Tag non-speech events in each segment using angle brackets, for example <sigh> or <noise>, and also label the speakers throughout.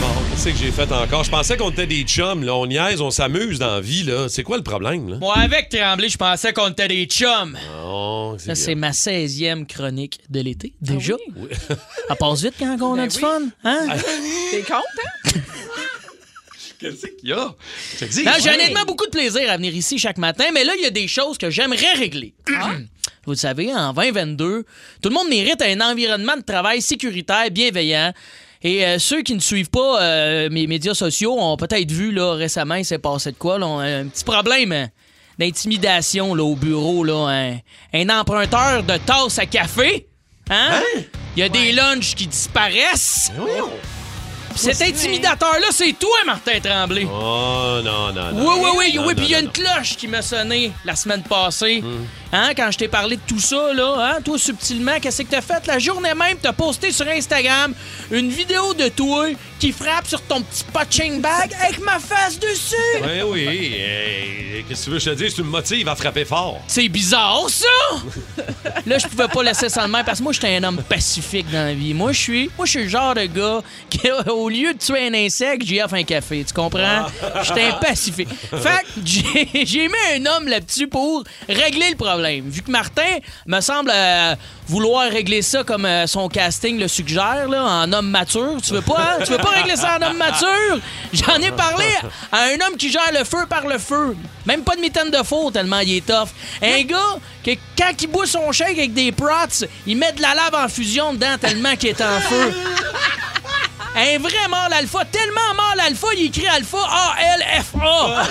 Speaker 1: Bon, qu'est-ce que j'ai fait encore? Je pensais qu'on était des chums, là. On niaise, on s'amuse dans la vie, là. C'est quoi le problème, là?
Speaker 2: Moi, avec Tremblay, je pensais qu'on était des chums.
Speaker 1: Non,
Speaker 3: Ça, c'est
Speaker 1: Oh, bien.
Speaker 3: ma 16e chronique de l'été,
Speaker 4: Ah
Speaker 3: déjà. <laughs> Ça passe vite quand on a du fun, hein?
Speaker 4: Ben Ah, T'es content?
Speaker 1: <laughs> Qu'est-ce qu'il y a? Je te dis,
Speaker 3: Non, J'ai honnêtement beaucoup de plaisir à venir ici chaque matin, mais là, il y a des choses que j'aimerais régler. Vous le savez, en 2022, tout le monde mérite un environnement de travail sécuritaire, bienveillant. Et euh, ceux qui ne suivent pas euh, mes médias sociaux ont peut-être vu là, récemment, il s'est passé de quoi? là, un petit problème hein, d'intimidation là, au bureau. Là, un, un emprunteur de tasse à café. Hein? Il y a des lunchs qui disparaissent. Puis Cet intimidateur-là, c'est toi, Martin Tremblay.
Speaker 1: Oh, non, non,
Speaker 3: Oui,
Speaker 1: non.
Speaker 3: oui, oui,
Speaker 1: Non,
Speaker 3: oui.
Speaker 1: non,
Speaker 3: Puis il y a
Speaker 1: non, Hmm.
Speaker 3: une
Speaker 1: non.
Speaker 3: cloche qui m'a sonné la semaine passée. Hein, quand je t'ai parlé de tout ça, là, hein, toi, subtilement, qu'est-ce que t'as fait? La journée même, t'as posté sur Instagram une vidéo de toi qui frappe sur ton petit punching bag avec ma face dessus.
Speaker 1: Ben
Speaker 3: <laughs>
Speaker 1: oui, eh, qu'est-ce que tu veux que je te dise? Tu me motives à frapper
Speaker 3: <laughs>
Speaker 1: fort.
Speaker 3: C'est bizarre, ça! là, je pouvais pas laisser ça de même parce que moi, j'étais un homme pacifique dans la vie. Moi, je suis moi je suis le genre de gars qui, <laughs> au lieu de tuer un insecte, j'y offre un café. Tu comprends? J'étais un pacifique. Fait que j'ai- <laughs> j'ai mis un homme là-dessus pour régler le problème. Vu que Martin me semble euh, vouloir régler ça comme euh, son casting le suggère, là, en homme mature. Tu veux pas, hein? Tu veux pas régler ça en homme mature? J'en ai parlé à un homme qui gère le feu par le feu. Même pas de mitaine de faux tellement il est tough. Un gars que quand il boit son shake avec des prots, il met de la lave en fusion dedans tellement qu'il est en feu. Un vrai mâle alpha, tellement mâle alpha, il écrit alpha A-L-F-A.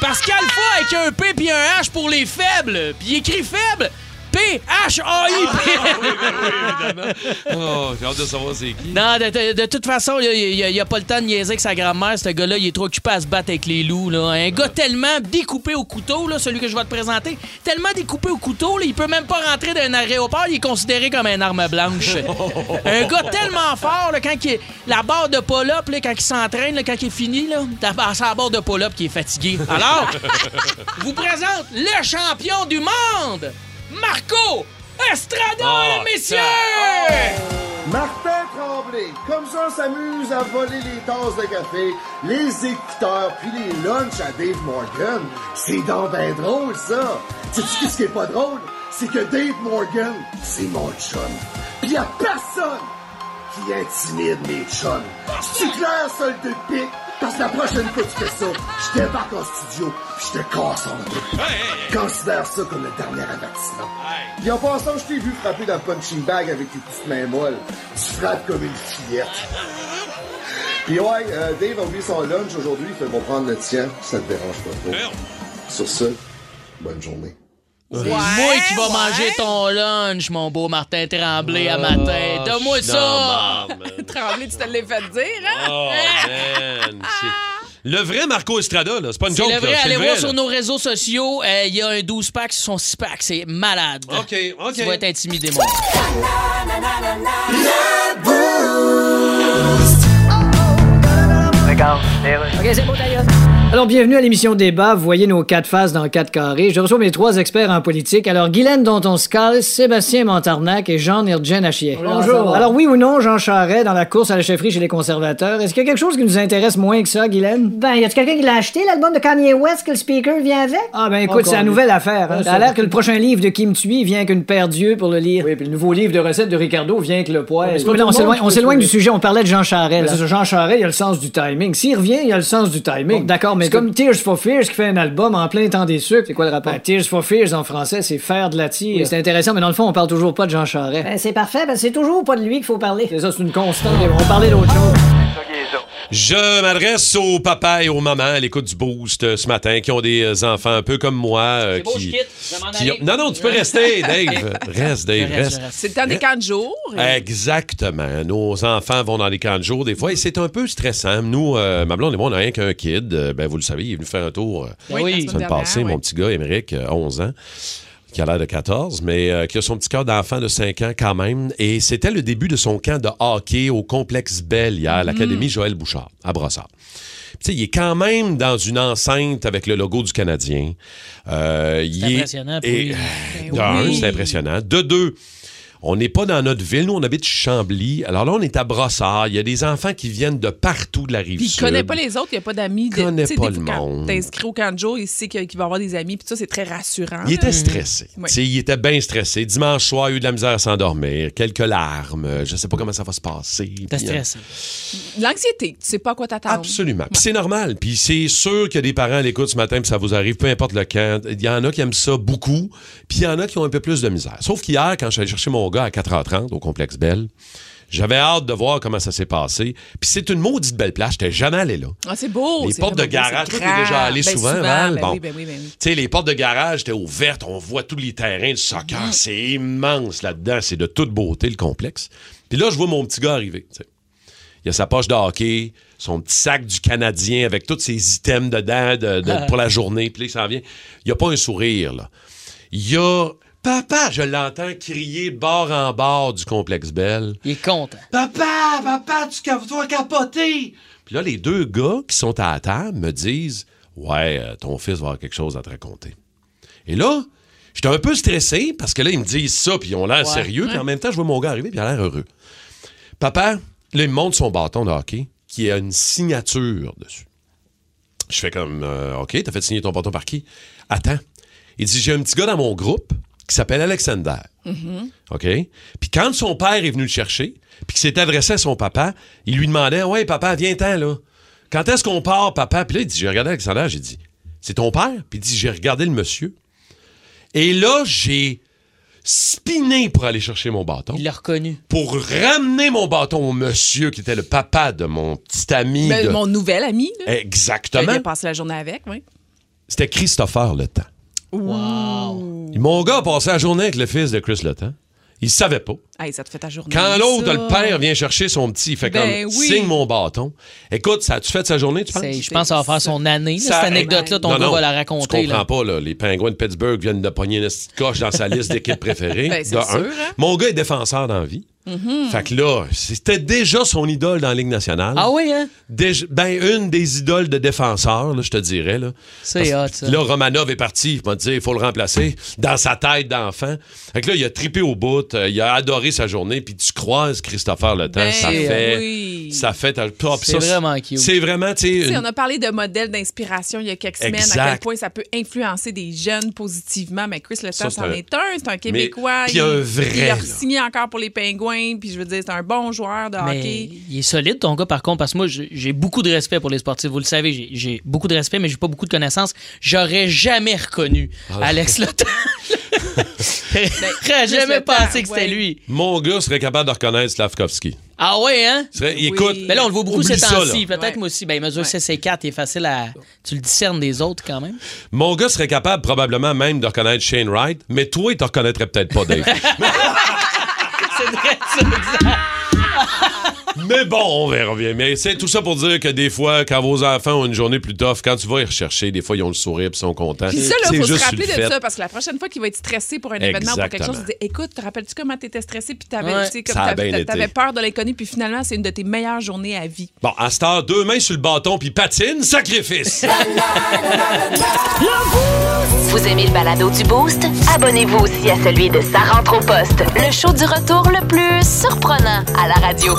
Speaker 3: Parce qu'alpha avec un P puis un H pour les faibles. Puis il écrit faible. P-H-A-I-P.
Speaker 1: Oh, j'ai hâte de savoir c'est qui.
Speaker 3: Non, de, de- de toute façon, il n'y a, pas le temps de niaiser avec sa grand-mère. Ce gars-là, il est trop occupé à se battre avec les loups. Là. Un gars tellement découpé au couteau, là, celui que je vais te présenter, tellement découpé au couteau, là, il peut même pas rentrer d'un aéroport. Il est considéré comme une arme blanche. un gars tellement fort, là, quand il, la barre de pull-up, là, quand il s'entraîne, là, quand il est fini, là, t'as- c'est la barre de pull-up qui est fatigué. Alors, je vous présente le champion du monde, Marco Estrada,
Speaker 1: Oh,
Speaker 3: messieurs!
Speaker 5: Martin Tremblay, comme ça on s'amuse à voler les tasses de café, les écouteurs, puis les lunchs à Dave Morgan. C'est donc ben drôle, ça. Tu sais ce qui est pas drôle? C'est que Dave Morgan, c'est mon chum. Pis y a personne qui intimide mes chums. C'est clair, seul de pique? Parce que la prochaine fois que tu fais ça, je débarque en studio, puis je te casse en deux. Considère ça comme le dernier avertissement. Puis en passant, je t'ai vu frapper dans le punching bag avec tes petites mains molles. Tu frappes comme une fillette. Puis ouais, euh, Dave a oublié son lunch aujourd'hui, fait qu'on prendre le tien, ça te dérange pas trop.
Speaker 1: Merde.
Speaker 5: Sur ce, bonne journée.
Speaker 3: C'est moi qui va manger ton lunch, mon beau Martin Tremblay,
Speaker 1: Ah,
Speaker 3: à
Speaker 1: Oh,
Speaker 3: matin. Donne-moi ça!
Speaker 1: Non,
Speaker 3: <laughs>
Speaker 1: man.
Speaker 4: Tremblay, tu te l'as fait dire, hein?
Speaker 1: Oh, man. c'est- Le vrai Marco Estrada, là. C'est pas une
Speaker 3: C'est
Speaker 1: joke,
Speaker 3: le vrai,
Speaker 1: là.
Speaker 3: allez voir
Speaker 1: là.
Speaker 3: sur nos réseaux sociaux. euh, Il y a un 12 pack sur son 6 pack. C'est malade.
Speaker 1: OK, OK.
Speaker 3: Tu vas être intimidé, moi.
Speaker 6: Alors, bienvenue à l'émission Débat. Vous voyez nos quatre faces dans quatre carrés. Je reçois mes trois experts en politique. Alors, Guylaine Danton-Scal, Sébastien Montarnac et Jean Irgen Achier. Bonjour. Alors, oui ou non, Jean Charret, dans la course à la chefferie chez les conservateurs, est-ce qu'il y a quelque chose qui nous intéresse moins que ça, Guylaine?
Speaker 7: Ben, y a-tu quelqu'un qui l'a acheté, l'album de Kanye West que le speaker vient avec?
Speaker 6: Ah, ben écoute, c'est la nouvelle affaire. hein. Ça a l'air que le prochain livre de Kim Thuy vient qu'une paire d'yeux pour le lire. Oui, puis le nouveau livre de recettes de Ricardo vient que le poids. on s'éloigne- on s'éloigne du sujet, on parlait de Jean Charest. là. Jean Charest, il a le sens du timing. S'il revient, il a le sens du timing. D'accord, mais. C'est comme Tears for Fears qui fait un album en plein temps des sucres. C'est quoi le rapport? Tears for Fears en français, c'est faire de la tire. c'est intéressant, mais dans le fond, on parle toujours pas de Jean Charest.
Speaker 7: Ben, c'est parfait, parce que c'est toujours pas de lui qu'il faut parler.
Speaker 6: C'est ça, c'est une constante. On parlait d'autre chose.
Speaker 1: Je m'adresse aux papas et aux mamans à l'écoute du Boost euh, ce matin qui ont des euh, enfants un peu comme moi. euh,
Speaker 3: C'est beau,
Speaker 1: qui,
Speaker 3: je quitte. Je vais m'en
Speaker 1: qui
Speaker 3: aller.
Speaker 1: Non, non, tu peux
Speaker 3: <laughs>
Speaker 1: rester, Dave. Reste, Dave, reste.
Speaker 3: Je reste, je reste.
Speaker 4: C'est le temps des quatre jours.
Speaker 1: Exactement. Nos enfants vont dans les camps de jour des fois et c'est un peu stressant. Nous, euh, ma blonde et moi, on n'a rien qu'un kid. Euh, ben, vous le savez, il est venu faire un tour euh,
Speaker 3: Oui,
Speaker 4: la
Speaker 3: oui.
Speaker 4: semaine
Speaker 1: semaine
Speaker 4: dernière,
Speaker 1: passée.
Speaker 4: ouais.
Speaker 1: Mon petit gars, Émeric, euh, 11 ans, qui a l'air de 14, mais euh, qui a son petit cœur d'enfant de 5 ans quand même. Et c'était le début de son camp de hockey au complexe Belle hier, à
Speaker 4: Mm.
Speaker 1: l'Académie Joël Bouchard, à Brossard. Puis, Tu sais, il est quand même dans une enceinte avec le logo du Canadien. Euh, il est-
Speaker 3: impressionnant pour
Speaker 1: et- <laughs>
Speaker 3: lui.
Speaker 4: Ben
Speaker 1: de un, c'est impressionnant. De deux, on n'est pas dans notre ville. Nous, on habite Chambly. Alors là, on est à Brossard. Il y a des enfants qui viennent de partout de la rive
Speaker 4: Puis il
Speaker 1: sud.
Speaker 4: connaît pas les autres, il n'y a pas d'amis. de-
Speaker 1: Connaît
Speaker 4: tu sais,
Speaker 1: pas
Speaker 4: des
Speaker 1: le
Speaker 4: fois,
Speaker 1: monde.
Speaker 4: Quand t'es inscrit au camp de jour, il sait qu'il qu'il va avoir des amis, puis ça, c'est très rassurant.
Speaker 1: Il était stressé.
Speaker 4: Oui.
Speaker 1: Tu sais, Il était bien stressé. Dimanche soir, il a eu de la misère à s'endormir. Quelques larmes. Euh, Je ne sais pas comment ça va se passer.
Speaker 3: T'as
Speaker 1: Puis, euh,
Speaker 3: stressé.
Speaker 4: L'anxiété, tu sais pas à quoi t'attendre.
Speaker 1: Absolument. Puis c'est normal. Puis c'est sûr que des parents à l'écoute ce matin, puis ça vous arrive, peu importe le camp. Il y en a qui aiment ça beaucoup, puis il y en a qui ont un peu plus de misère. Sauf qu'hier, quand je suis allé chercher mon gars à 4h30 au complexe Belle, j'avais hâte de voir comment ça s'est passé. Puis c'est une maudite belle plage. J'étais jamais allé là.
Speaker 4: Ah, c'est beau.
Speaker 1: Les
Speaker 4: c'est
Speaker 1: portes de
Speaker 4: vraiment beau,
Speaker 1: garage,
Speaker 4: c'est
Speaker 1: toi, t'es déjà allé
Speaker 4: grand. Ben,
Speaker 1: souvent, Val?
Speaker 4: ben
Speaker 1: Bon.
Speaker 4: oui, ben oui, ben oui.
Speaker 1: Tu sais, les portes de garage étaient ouvertes, on voit tous les terrains de soccer, c'est immense là-dedans, c'est de toute beauté le complexe. Puis là, je vois mon petit gars arriver. tu sais. Il a sa poche de hockey, son petit sac du Canadien avec tous ses items dedans de-
Speaker 4: <laughs>
Speaker 1: de- pour la journée, puis là, il s'en vient. Il a pas un sourire, là. Il y a. Papa, je l'entends crier de bord en bord du complexe Belle.
Speaker 3: Il est content.
Speaker 1: Papa, papa, tu ca- tu vas capoter! Puis là, les deux gars qui sont à la table me disent Ouais, euh, ton fils va avoir quelque chose à te raconter. Et là, j'étais un peu stressé parce que là, ils me disent ça, puis ils ont l'air sérieux, puis en même temps, je vois mon gars arriver, puis il a l'air heureux. Papa, là, il me montre son bâton de hockey qui a une signature dessus. Je fais comme euh, OK, t'as fait signer ton bâton par qui Attends. Il dit J'ai un petit gars dans mon groupe qui s'appelle Alexander.
Speaker 3: Mm-hmm.
Speaker 1: OK? Puis quand son père est venu le chercher, puis qu'il s'est adressé à son papa, il lui demandait Ouais, papa, viens-t'en, là. Quand est-ce qu'on part, papa? Puis là, il dit J'ai regardé Alexander, j'ai dit C'est ton père? Puis il dit J'ai regardé le monsieur. Et là, j'ai spiné pour aller chercher mon bâton,
Speaker 3: Il l'a reconnu.
Speaker 1: pour ramener mon bâton au monsieur qui était le papa de mon petit ami.
Speaker 4: Ben,
Speaker 1: de-
Speaker 4: mon nouvel ami, là. que
Speaker 1: Exactement.
Speaker 4: j'ai passé la journée avec, oui.
Speaker 1: C'était Christopher Le Temps. Wow. Mon gars a passé la journée avec le fils de Chris Le Temps. Il savait pas.
Speaker 4: Hey, ça te fait ta journée.
Speaker 1: Quand l'autre,
Speaker 4: ça.
Speaker 1: le père, vient chercher son petit, il fait
Speaker 4: Ben
Speaker 1: comme
Speaker 4: oui.
Speaker 1: signe mon bâton. Écoute, ça a-tu fait sa journée, tu penses?
Speaker 3: C'est- Je pense que ça va faire son année. là,
Speaker 1: Ça-
Speaker 3: cette anecdote-là, ton
Speaker 1: Non,
Speaker 3: gars
Speaker 1: non,
Speaker 3: va la raconter.
Speaker 1: Tu comprends
Speaker 3: là.
Speaker 1: pas, là. Les pingouins de Pittsburgh viennent de pogner une petite coche dans sa liste d'équipes préférées.
Speaker 4: Ben, c'est
Speaker 1: de un.
Speaker 4: sûr, hein.
Speaker 1: Mon gars est défenseur dans la vie. Fait que là, c'était déjà son idole dans la Ligue nationale.
Speaker 3: Ah oui, hein?
Speaker 1: Déj- ben, une des idoles de défenseurs, là, je te dirais. Là.
Speaker 3: C'est
Speaker 1: Parce-
Speaker 3: hot, ça.
Speaker 1: Là, Romanov est parti, il m'a dit, il faut le remplacer, dans sa tête d'enfant. Fait que là, il a tripé au bout, euh, il a adoré sa journée, puis tu croises Christopher Le Temps,
Speaker 4: Ben
Speaker 1: ça fait...
Speaker 4: oui.
Speaker 1: Ça fait... ta- Ah, puis
Speaker 3: C'est
Speaker 1: ça,
Speaker 3: vraiment cute.
Speaker 1: C'est vraiment, tu sais...
Speaker 4: Tu sais,
Speaker 1: une-
Speaker 4: on a parlé de modèles d'inspiration il y a quelques semaines,
Speaker 1: Exact.
Speaker 4: à quel point ça peut influencer des jeunes positivement. Mais Chris Le
Speaker 1: Ça,
Speaker 4: Temps,
Speaker 1: c'est
Speaker 4: c'en
Speaker 1: un-
Speaker 4: est un. C'est un Québécois.
Speaker 1: puis un vrai,
Speaker 4: Il a
Speaker 1: là.
Speaker 4: signé encore pour les Pingouins. Puis je veux dire, c'est un bon joueur de
Speaker 3: Mais
Speaker 4: hockey.
Speaker 3: il est solide, ton gars, par contre, parce que moi, j'ai j'ai beaucoup de respect pour les sportifs. Vous le savez, j'ai- j'ai beaucoup de respect, mais j'ai pas beaucoup de connaissances. J'aurais jamais reconnu
Speaker 4: <laughs>
Speaker 3: Alex Lottin. <laughs> J'aurais
Speaker 4: Chris
Speaker 3: jamais
Speaker 4: Ah Le Temps,
Speaker 3: pensé que c'était
Speaker 4: ouais.
Speaker 3: lui.
Speaker 1: Mon gars serait capable de reconnaître Slavkovski.
Speaker 3: Ah ouais, hein?
Speaker 1: Il serait-
Speaker 4: Oui.
Speaker 1: Écoute,
Speaker 3: Mais là, on le voit beaucoup
Speaker 1: oublie
Speaker 3: ces
Speaker 1: ça, là.
Speaker 3: temps-ci. Peut-être
Speaker 4: Ouais.
Speaker 3: moi aussi. Ben, il mesure
Speaker 4: Ouais.
Speaker 3: CC4, il est facile à. Tu le discernes des autres quand même.
Speaker 1: Mon gars serait capable probablement même de reconnaître Shane Wright, mais toi, il te reconnaîtrait peut-être pas,
Speaker 4: <laughs>
Speaker 1: Dave.
Speaker 3: C'est vrai, ça, exact.
Speaker 1: Mais bon, on verra bien. Mais c'est tout ça pour dire que des fois, quand vos enfants ont une journée plus tough, quand tu vas les rechercher, des fois, ils ont le sourire et sont contents.
Speaker 4: Puis ça, là,
Speaker 1: C'est
Speaker 4: faut se
Speaker 1: juste
Speaker 4: rappeler
Speaker 1: une
Speaker 4: de
Speaker 1: fête.
Speaker 4: ça, parce que la prochaine fois qu'il va être stressé pour un événement ou pour quelque chose,
Speaker 1: Exactement.
Speaker 4: il dit Écoute, te rappelles-tu comment t'étais stressé, puis t'avais,
Speaker 3: Ouais.
Speaker 4: tu sais, comme
Speaker 1: Ça a
Speaker 4: t'avais-
Speaker 1: bien été.
Speaker 4: t'avais peur de l'inconnu, puis finalement, c'est une de tes meilleures journées à vie.
Speaker 1: Bon, à cette heure, deux mains sur le bâton puis patine, sacrifice.
Speaker 8: Vous aimez le balado du Boost? Abonnez-vous aussi à celui de Sa rentre au poste, le show du retour le plus surprenant à la radio.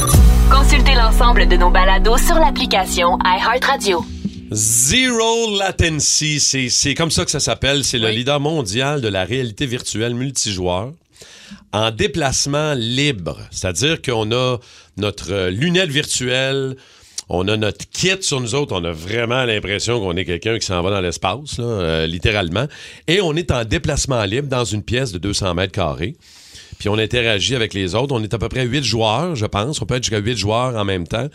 Speaker 8: Consultez l'ensemble de nos balados sur l'application iHeartRadio.
Speaker 1: Zero latency, c'est- c'est comme ça que ça s'appelle. C'est le leader mondial de la réalité virtuelle multijoueur en déplacement libre. C'est-à-dire qu'on a notre euh, lunette virtuelle, On a notre kit sur nous autres. On a vraiment l'impression qu'on est quelqu'un qui s'en va dans l'espace, là, euh, littéralement. Et on est en déplacement libre dans une pièce de 200 mètres carrés. Puis on interagit avec les autres. On est à peu près huit joueurs, je pense. On peut être jusqu'à huit joueurs en même temps.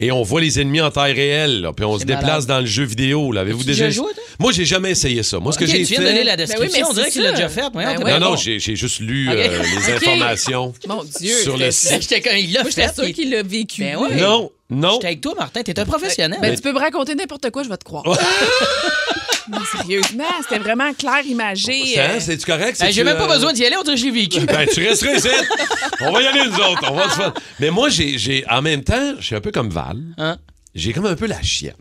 Speaker 1: Et on voit les ennemis en taille réelle. là. Puis on se
Speaker 3: malade.
Speaker 1: déplace dans le jeu vidéo. là. Avez-vous
Speaker 3: As-tu
Speaker 1: déjà
Speaker 3: déjà joué, toi?
Speaker 1: Moi, j'ai jamais essayé ça. Moi, ce que
Speaker 3: Ok,
Speaker 1: j'ai
Speaker 3: tu viens de
Speaker 1: fait-
Speaker 3: donner la description.
Speaker 4: Ben oui, mais
Speaker 3: on dirait
Speaker 4: c'est
Speaker 3: qu'il l'a
Speaker 4: ça.
Speaker 3: déjà fait. voyons,
Speaker 4: Ben
Speaker 3: t'es
Speaker 4: ouais,
Speaker 3: bien
Speaker 1: non, non,
Speaker 3: bon.
Speaker 1: j'ai j'ai juste lu
Speaker 3: Ok.
Speaker 1: euh, les
Speaker 3: Ok. <laughs>
Speaker 1: informations.
Speaker 4: Mon Dieu.
Speaker 1: Sur le
Speaker 4: Christ.
Speaker 1: site.
Speaker 3: J'étais comme, il l'a
Speaker 4: Moi,
Speaker 3: fait.
Speaker 4: j'étais sûre
Speaker 3: il-
Speaker 4: qu'il l'a vécu.
Speaker 3: Ben ouais.
Speaker 1: Non, non.
Speaker 3: J'étais avec toi, Martin. T'es un professionnel.
Speaker 4: Ben, tu peux me raconter n'importe quoi, je vais te croire. <laughs> Mais sérieusement, c'était vraiment clair, imagé. euh,
Speaker 1: Ça, C'est-tu correct?
Speaker 3: Ben,
Speaker 1: C'est-tu,
Speaker 3: j'ai même pas
Speaker 1: euh,
Speaker 3: besoin d'y aller. On dirait que je l'ai vécu.
Speaker 1: Ben, tu resteras
Speaker 3: <laughs>
Speaker 1: ici. On va y aller, nous autres. On va
Speaker 3: Ah.
Speaker 1: se faire- Mais moi, j'ai, j'ai- en même temps, je suis un peu comme Val.
Speaker 3: Hein?
Speaker 1: J'ai comme un peu la chienne.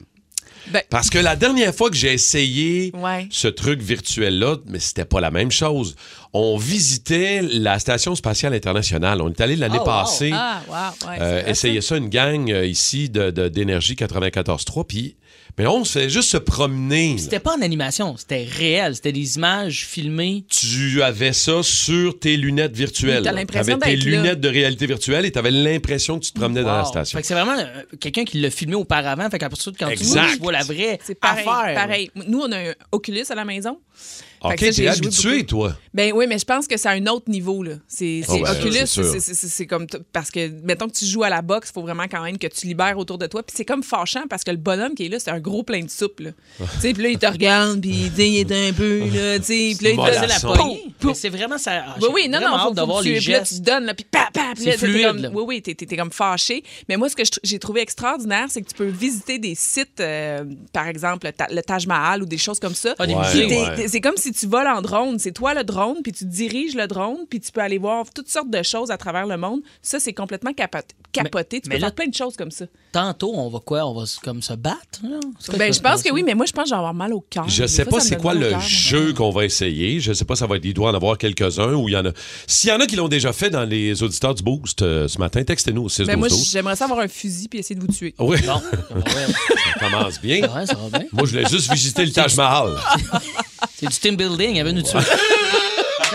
Speaker 4: Ben-
Speaker 1: Parce que la dernière fois que j'ai essayé
Speaker 4: Ouais.
Speaker 1: ce truc virtuel-là, mais c'était pas la même chose. On visitait la Station spatiale internationale. On est allé l'année
Speaker 3: Oh, wow.
Speaker 1: passée.
Speaker 4: Ah, wow, ouais.
Speaker 1: Euh,
Speaker 4: c'est vrai,
Speaker 1: essayez ça, une gang euh, ici de, de- d'énergie 94.3. Puis, mais on se fait juste se promener. là.
Speaker 3: C'était pas en animation. C'était réel. C'était des images filmées.
Speaker 1: Tu avais ça sur tes lunettes virtuelles.
Speaker 4: Oui, t'as
Speaker 1: là.
Speaker 4: l'impression
Speaker 1: T'avais tes
Speaker 4: d'être là.
Speaker 1: lunettes de réalité virtuelle et t'avais l'impression que tu te promenais dans la
Speaker 3: Wow.
Speaker 1: station.
Speaker 3: Fait que c'est vraiment euh, quelqu'un qui l'a filmé auparavant. Fait qu'à partir de quand
Speaker 1: Exact.
Speaker 3: tu vois la vraie
Speaker 4: C'est pareil,
Speaker 3: affaire.
Speaker 4: pareil. Nous, on a un Oculus à la maison.
Speaker 1: OK,
Speaker 4: Fait que ça, j'ai
Speaker 1: t'es
Speaker 4: joué
Speaker 1: habitué,
Speaker 4: beaucoup.
Speaker 1: toi.
Speaker 4: Ben oui, mais je pense que c'est à un autre niveau. Là. C'est,
Speaker 1: Oh,
Speaker 4: c'est
Speaker 1: ben,
Speaker 4: Oculus,
Speaker 1: c'est
Speaker 4: c'est,
Speaker 1: sûr.
Speaker 4: c'est- c'est- c'est comme... t- Parce que, mettons que tu joues à la boxe, il faut vraiment quand même que tu libères autour de toi. Puis c'est comme fâchant parce que le bonhomme qui est là, c'est un gros plein de soupe. Là. tu sais, puis là, il te regarde, puis il dit, il est un peu, là, tu sais, puis là, il te
Speaker 1: Mollasson.
Speaker 4: donne
Speaker 3: La
Speaker 4: la
Speaker 3: poignée.
Speaker 4: poignée.
Speaker 3: Mais c'est vraiment ça. ah,
Speaker 4: Oui,
Speaker 3: j'ai
Speaker 4: oui, non,
Speaker 3: vraiment
Speaker 4: non, faut,
Speaker 3: hâte
Speaker 4: faut
Speaker 3: de voir
Speaker 4: que tu,
Speaker 3: les
Speaker 4: puis là,
Speaker 3: gestes.
Speaker 4: tu donnes, là, puis pa, pa, puis
Speaker 3: C'est
Speaker 4: là, t'es
Speaker 3: fluide,
Speaker 4: comme-
Speaker 3: là.
Speaker 4: Oui, oui, t'es, t'es- t'es comme fâché. Mais moi, ce que je tr- j'ai trouvé extraordinaire, c'est que tu peux visiter des sites, euh, par exemple, le, Ta- le Taj Mahal ou des choses comme ça.
Speaker 3: Ah, des
Speaker 1: Ouais.
Speaker 4: Puis
Speaker 3: musées.
Speaker 4: t'es-
Speaker 1: ouais.
Speaker 4: t'es- C'est comme si tu voles en drone. C'est toi le drone, puis tu diriges le drone, puis tu peux aller voir toutes sortes de choses à travers le monde. Ça, c'est complètement capo- capoté. tu
Speaker 3: mais
Speaker 4: peux
Speaker 3: là-
Speaker 4: faire plein de choses comme ça.
Speaker 3: Tantôt, on va quoi? On va se- comme se battre? là? C'est quoi
Speaker 4: Ben,
Speaker 3: tu
Speaker 4: je pense
Speaker 3: penses?
Speaker 4: que oui, mais moi, je pense que je vais avoir mal au cœur.
Speaker 1: Je
Speaker 4: Des
Speaker 1: sais
Speaker 4: fois,
Speaker 1: pas
Speaker 4: ça me
Speaker 1: c'est
Speaker 4: donne hein.
Speaker 1: quoi
Speaker 4: mal au
Speaker 1: le
Speaker 4: cœur, moi.
Speaker 1: jeu qu'on va essayer. Je sais pas, ça va être, il doit en avoir quelques-uns ou il y en a. S'il y en a qui l'ont déjà fait dans les auditeurs du Boost euh, ce matin, textez-nous au 6
Speaker 4: Ben, moi,
Speaker 1: 12 12.
Speaker 4: j'aimerais ça avoir un fusil puis essayer de vous tuer.
Speaker 1: Oui,
Speaker 3: Bon, ouais,
Speaker 1: ça <laughs> commence
Speaker 4: <laughs>
Speaker 1: bien.
Speaker 3: ouais, ça va bien.
Speaker 1: Moi, je voulais juste visiter le Taj Mahal.
Speaker 3: C'est du team building. Elle veut
Speaker 1: <laughs>
Speaker 3: nous tuer.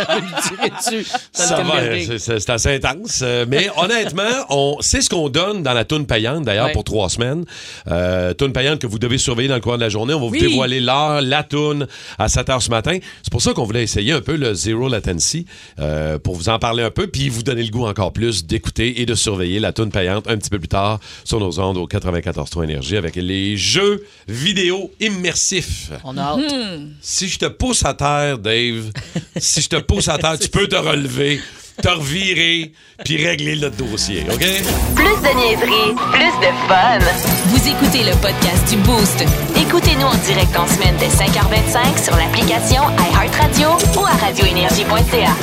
Speaker 3: Elle veut nous tirer dessus. C'est
Speaker 1: Ça
Speaker 3: le team
Speaker 1: va,
Speaker 3: building.
Speaker 1: c'est- c'est c'est assez intense. Euh,
Speaker 3: <laughs>
Speaker 1: Mais honnêtement, on, c'est ce qu'on donne dans la toune payante, d'ailleurs,
Speaker 3: Ouais.
Speaker 1: pour trois semaines. Euh, toune payante que vous devez surveiller dans le courant de la journée. On va vous
Speaker 4: Oui.
Speaker 1: dévoiler l'heure, la toune à 7 h ce matin. C'est pour ça qu'on voulait essayer un peu le Zero Latency euh, pour vous en parler un peu, puis vous donner le goût encore plus d'écouter et de surveiller la toune payante un petit peu plus tard sur nos ondes au 94.3 Énergie avec les jeux vidéo immersifs.
Speaker 3: On a hâte.
Speaker 1: Si je te pousse à terre, Dave, si je te pousse à terre, tu peux te relever, te revirer, puis régler le dossier, OK?
Speaker 8: Plus de niaiserie, plus de fun. Vous écoutez le podcast du Boost. Écoutez-nous en direct en semaine dès 5h25 sur l'application iHeartRadio ou à radioénergie.ca.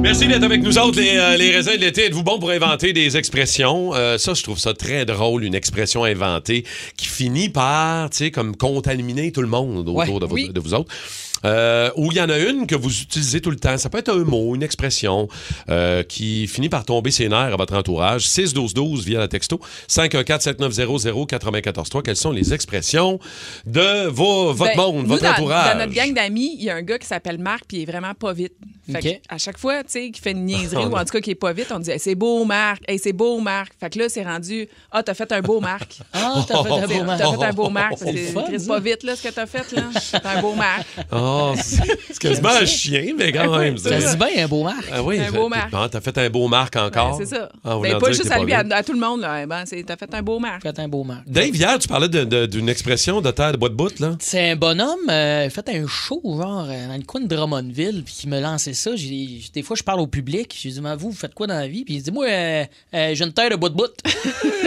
Speaker 1: Merci d'être avec nous autres, les, euh, les raisins de l'été. Êtes-vous bon pour inventer des expressions? Euh, ça, je trouve ça très drôle, une expression inventée qui finit par, tu sais, comme contaminer tout le monde autour
Speaker 3: Ouais,
Speaker 1: de, vous,
Speaker 3: oui.
Speaker 1: de vous autres. Euh, ou il y en a une que vous utilisez tout le temps. Ça peut être un mot, une expression euh, qui finit par tomber ses nerfs à votre entourage. 6-12-12 via la texto. 514-7900-943. Quelles sont les expressions de vos, votre
Speaker 4: Ben,
Speaker 1: monde,
Speaker 4: nous,
Speaker 1: votre
Speaker 4: dans,
Speaker 1: entourage?
Speaker 4: Dans notre gang d'amis, il y a un gars qui s'appelle Marc, puis il est vraiment pas vite. Fait
Speaker 3: OK.
Speaker 4: que, à chaque fois, tu sais, qu'il fait une
Speaker 1: <laughs> Oh,
Speaker 4: niaiserie, ou en tout cas qu'il est pas vite, on dit Hey, c'est beau, Marc, Hey, c'est beau, Marc. Fait que là, c'est rendu Ah, t'as fait un beau,
Speaker 1: <laughs>
Speaker 4: Marc.
Speaker 3: Ah, t'as
Speaker 1: Oh,
Speaker 3: fait un
Speaker 4: T'as
Speaker 3: beau match.
Speaker 4: t'as fait un beau Marc.
Speaker 3: C'est le
Speaker 4: C'est
Speaker 3: fun,
Speaker 4: Chris,
Speaker 3: ça.
Speaker 4: pas vite, là, ce que t'as fait,
Speaker 1: <laughs>
Speaker 4: là. T'as un beau Marc.
Speaker 1: Oh, c'est
Speaker 4: <laughs>
Speaker 1: c'est quasiment un chien, mais quand même.
Speaker 3: Ça
Speaker 1: c'est-
Speaker 3: se dit bien, un beau match.
Speaker 1: Ah oui,
Speaker 4: Un
Speaker 1: fait-
Speaker 4: beau marque.
Speaker 1: Ah, t'as fait un beau marque encore.
Speaker 4: C'est ça.
Speaker 1: Ah, on
Speaker 4: Ben,
Speaker 1: voulait
Speaker 4: pas
Speaker 1: dire que
Speaker 4: juste
Speaker 1: t'es
Speaker 4: à lui, à,
Speaker 1: vite.
Speaker 4: à tout le monde, là. Eh Ben, c'est- t'as fait un beau Marc.
Speaker 3: Faites un beau match.
Speaker 1: Dave, hier, tu parlais de- de- d'une expression de terre de bois de bout, là.
Speaker 3: C'est un bonhomme, euh, il a fait un show, genre, euh, dans le coin de Drummondville, puis qui me lançait ça. J'ai- des fois, je parle au public, je dis, mais vous, vous faites quoi dans la vie? Puis il dit, moi, euh, euh, j'ai une terre de bout de bout. puis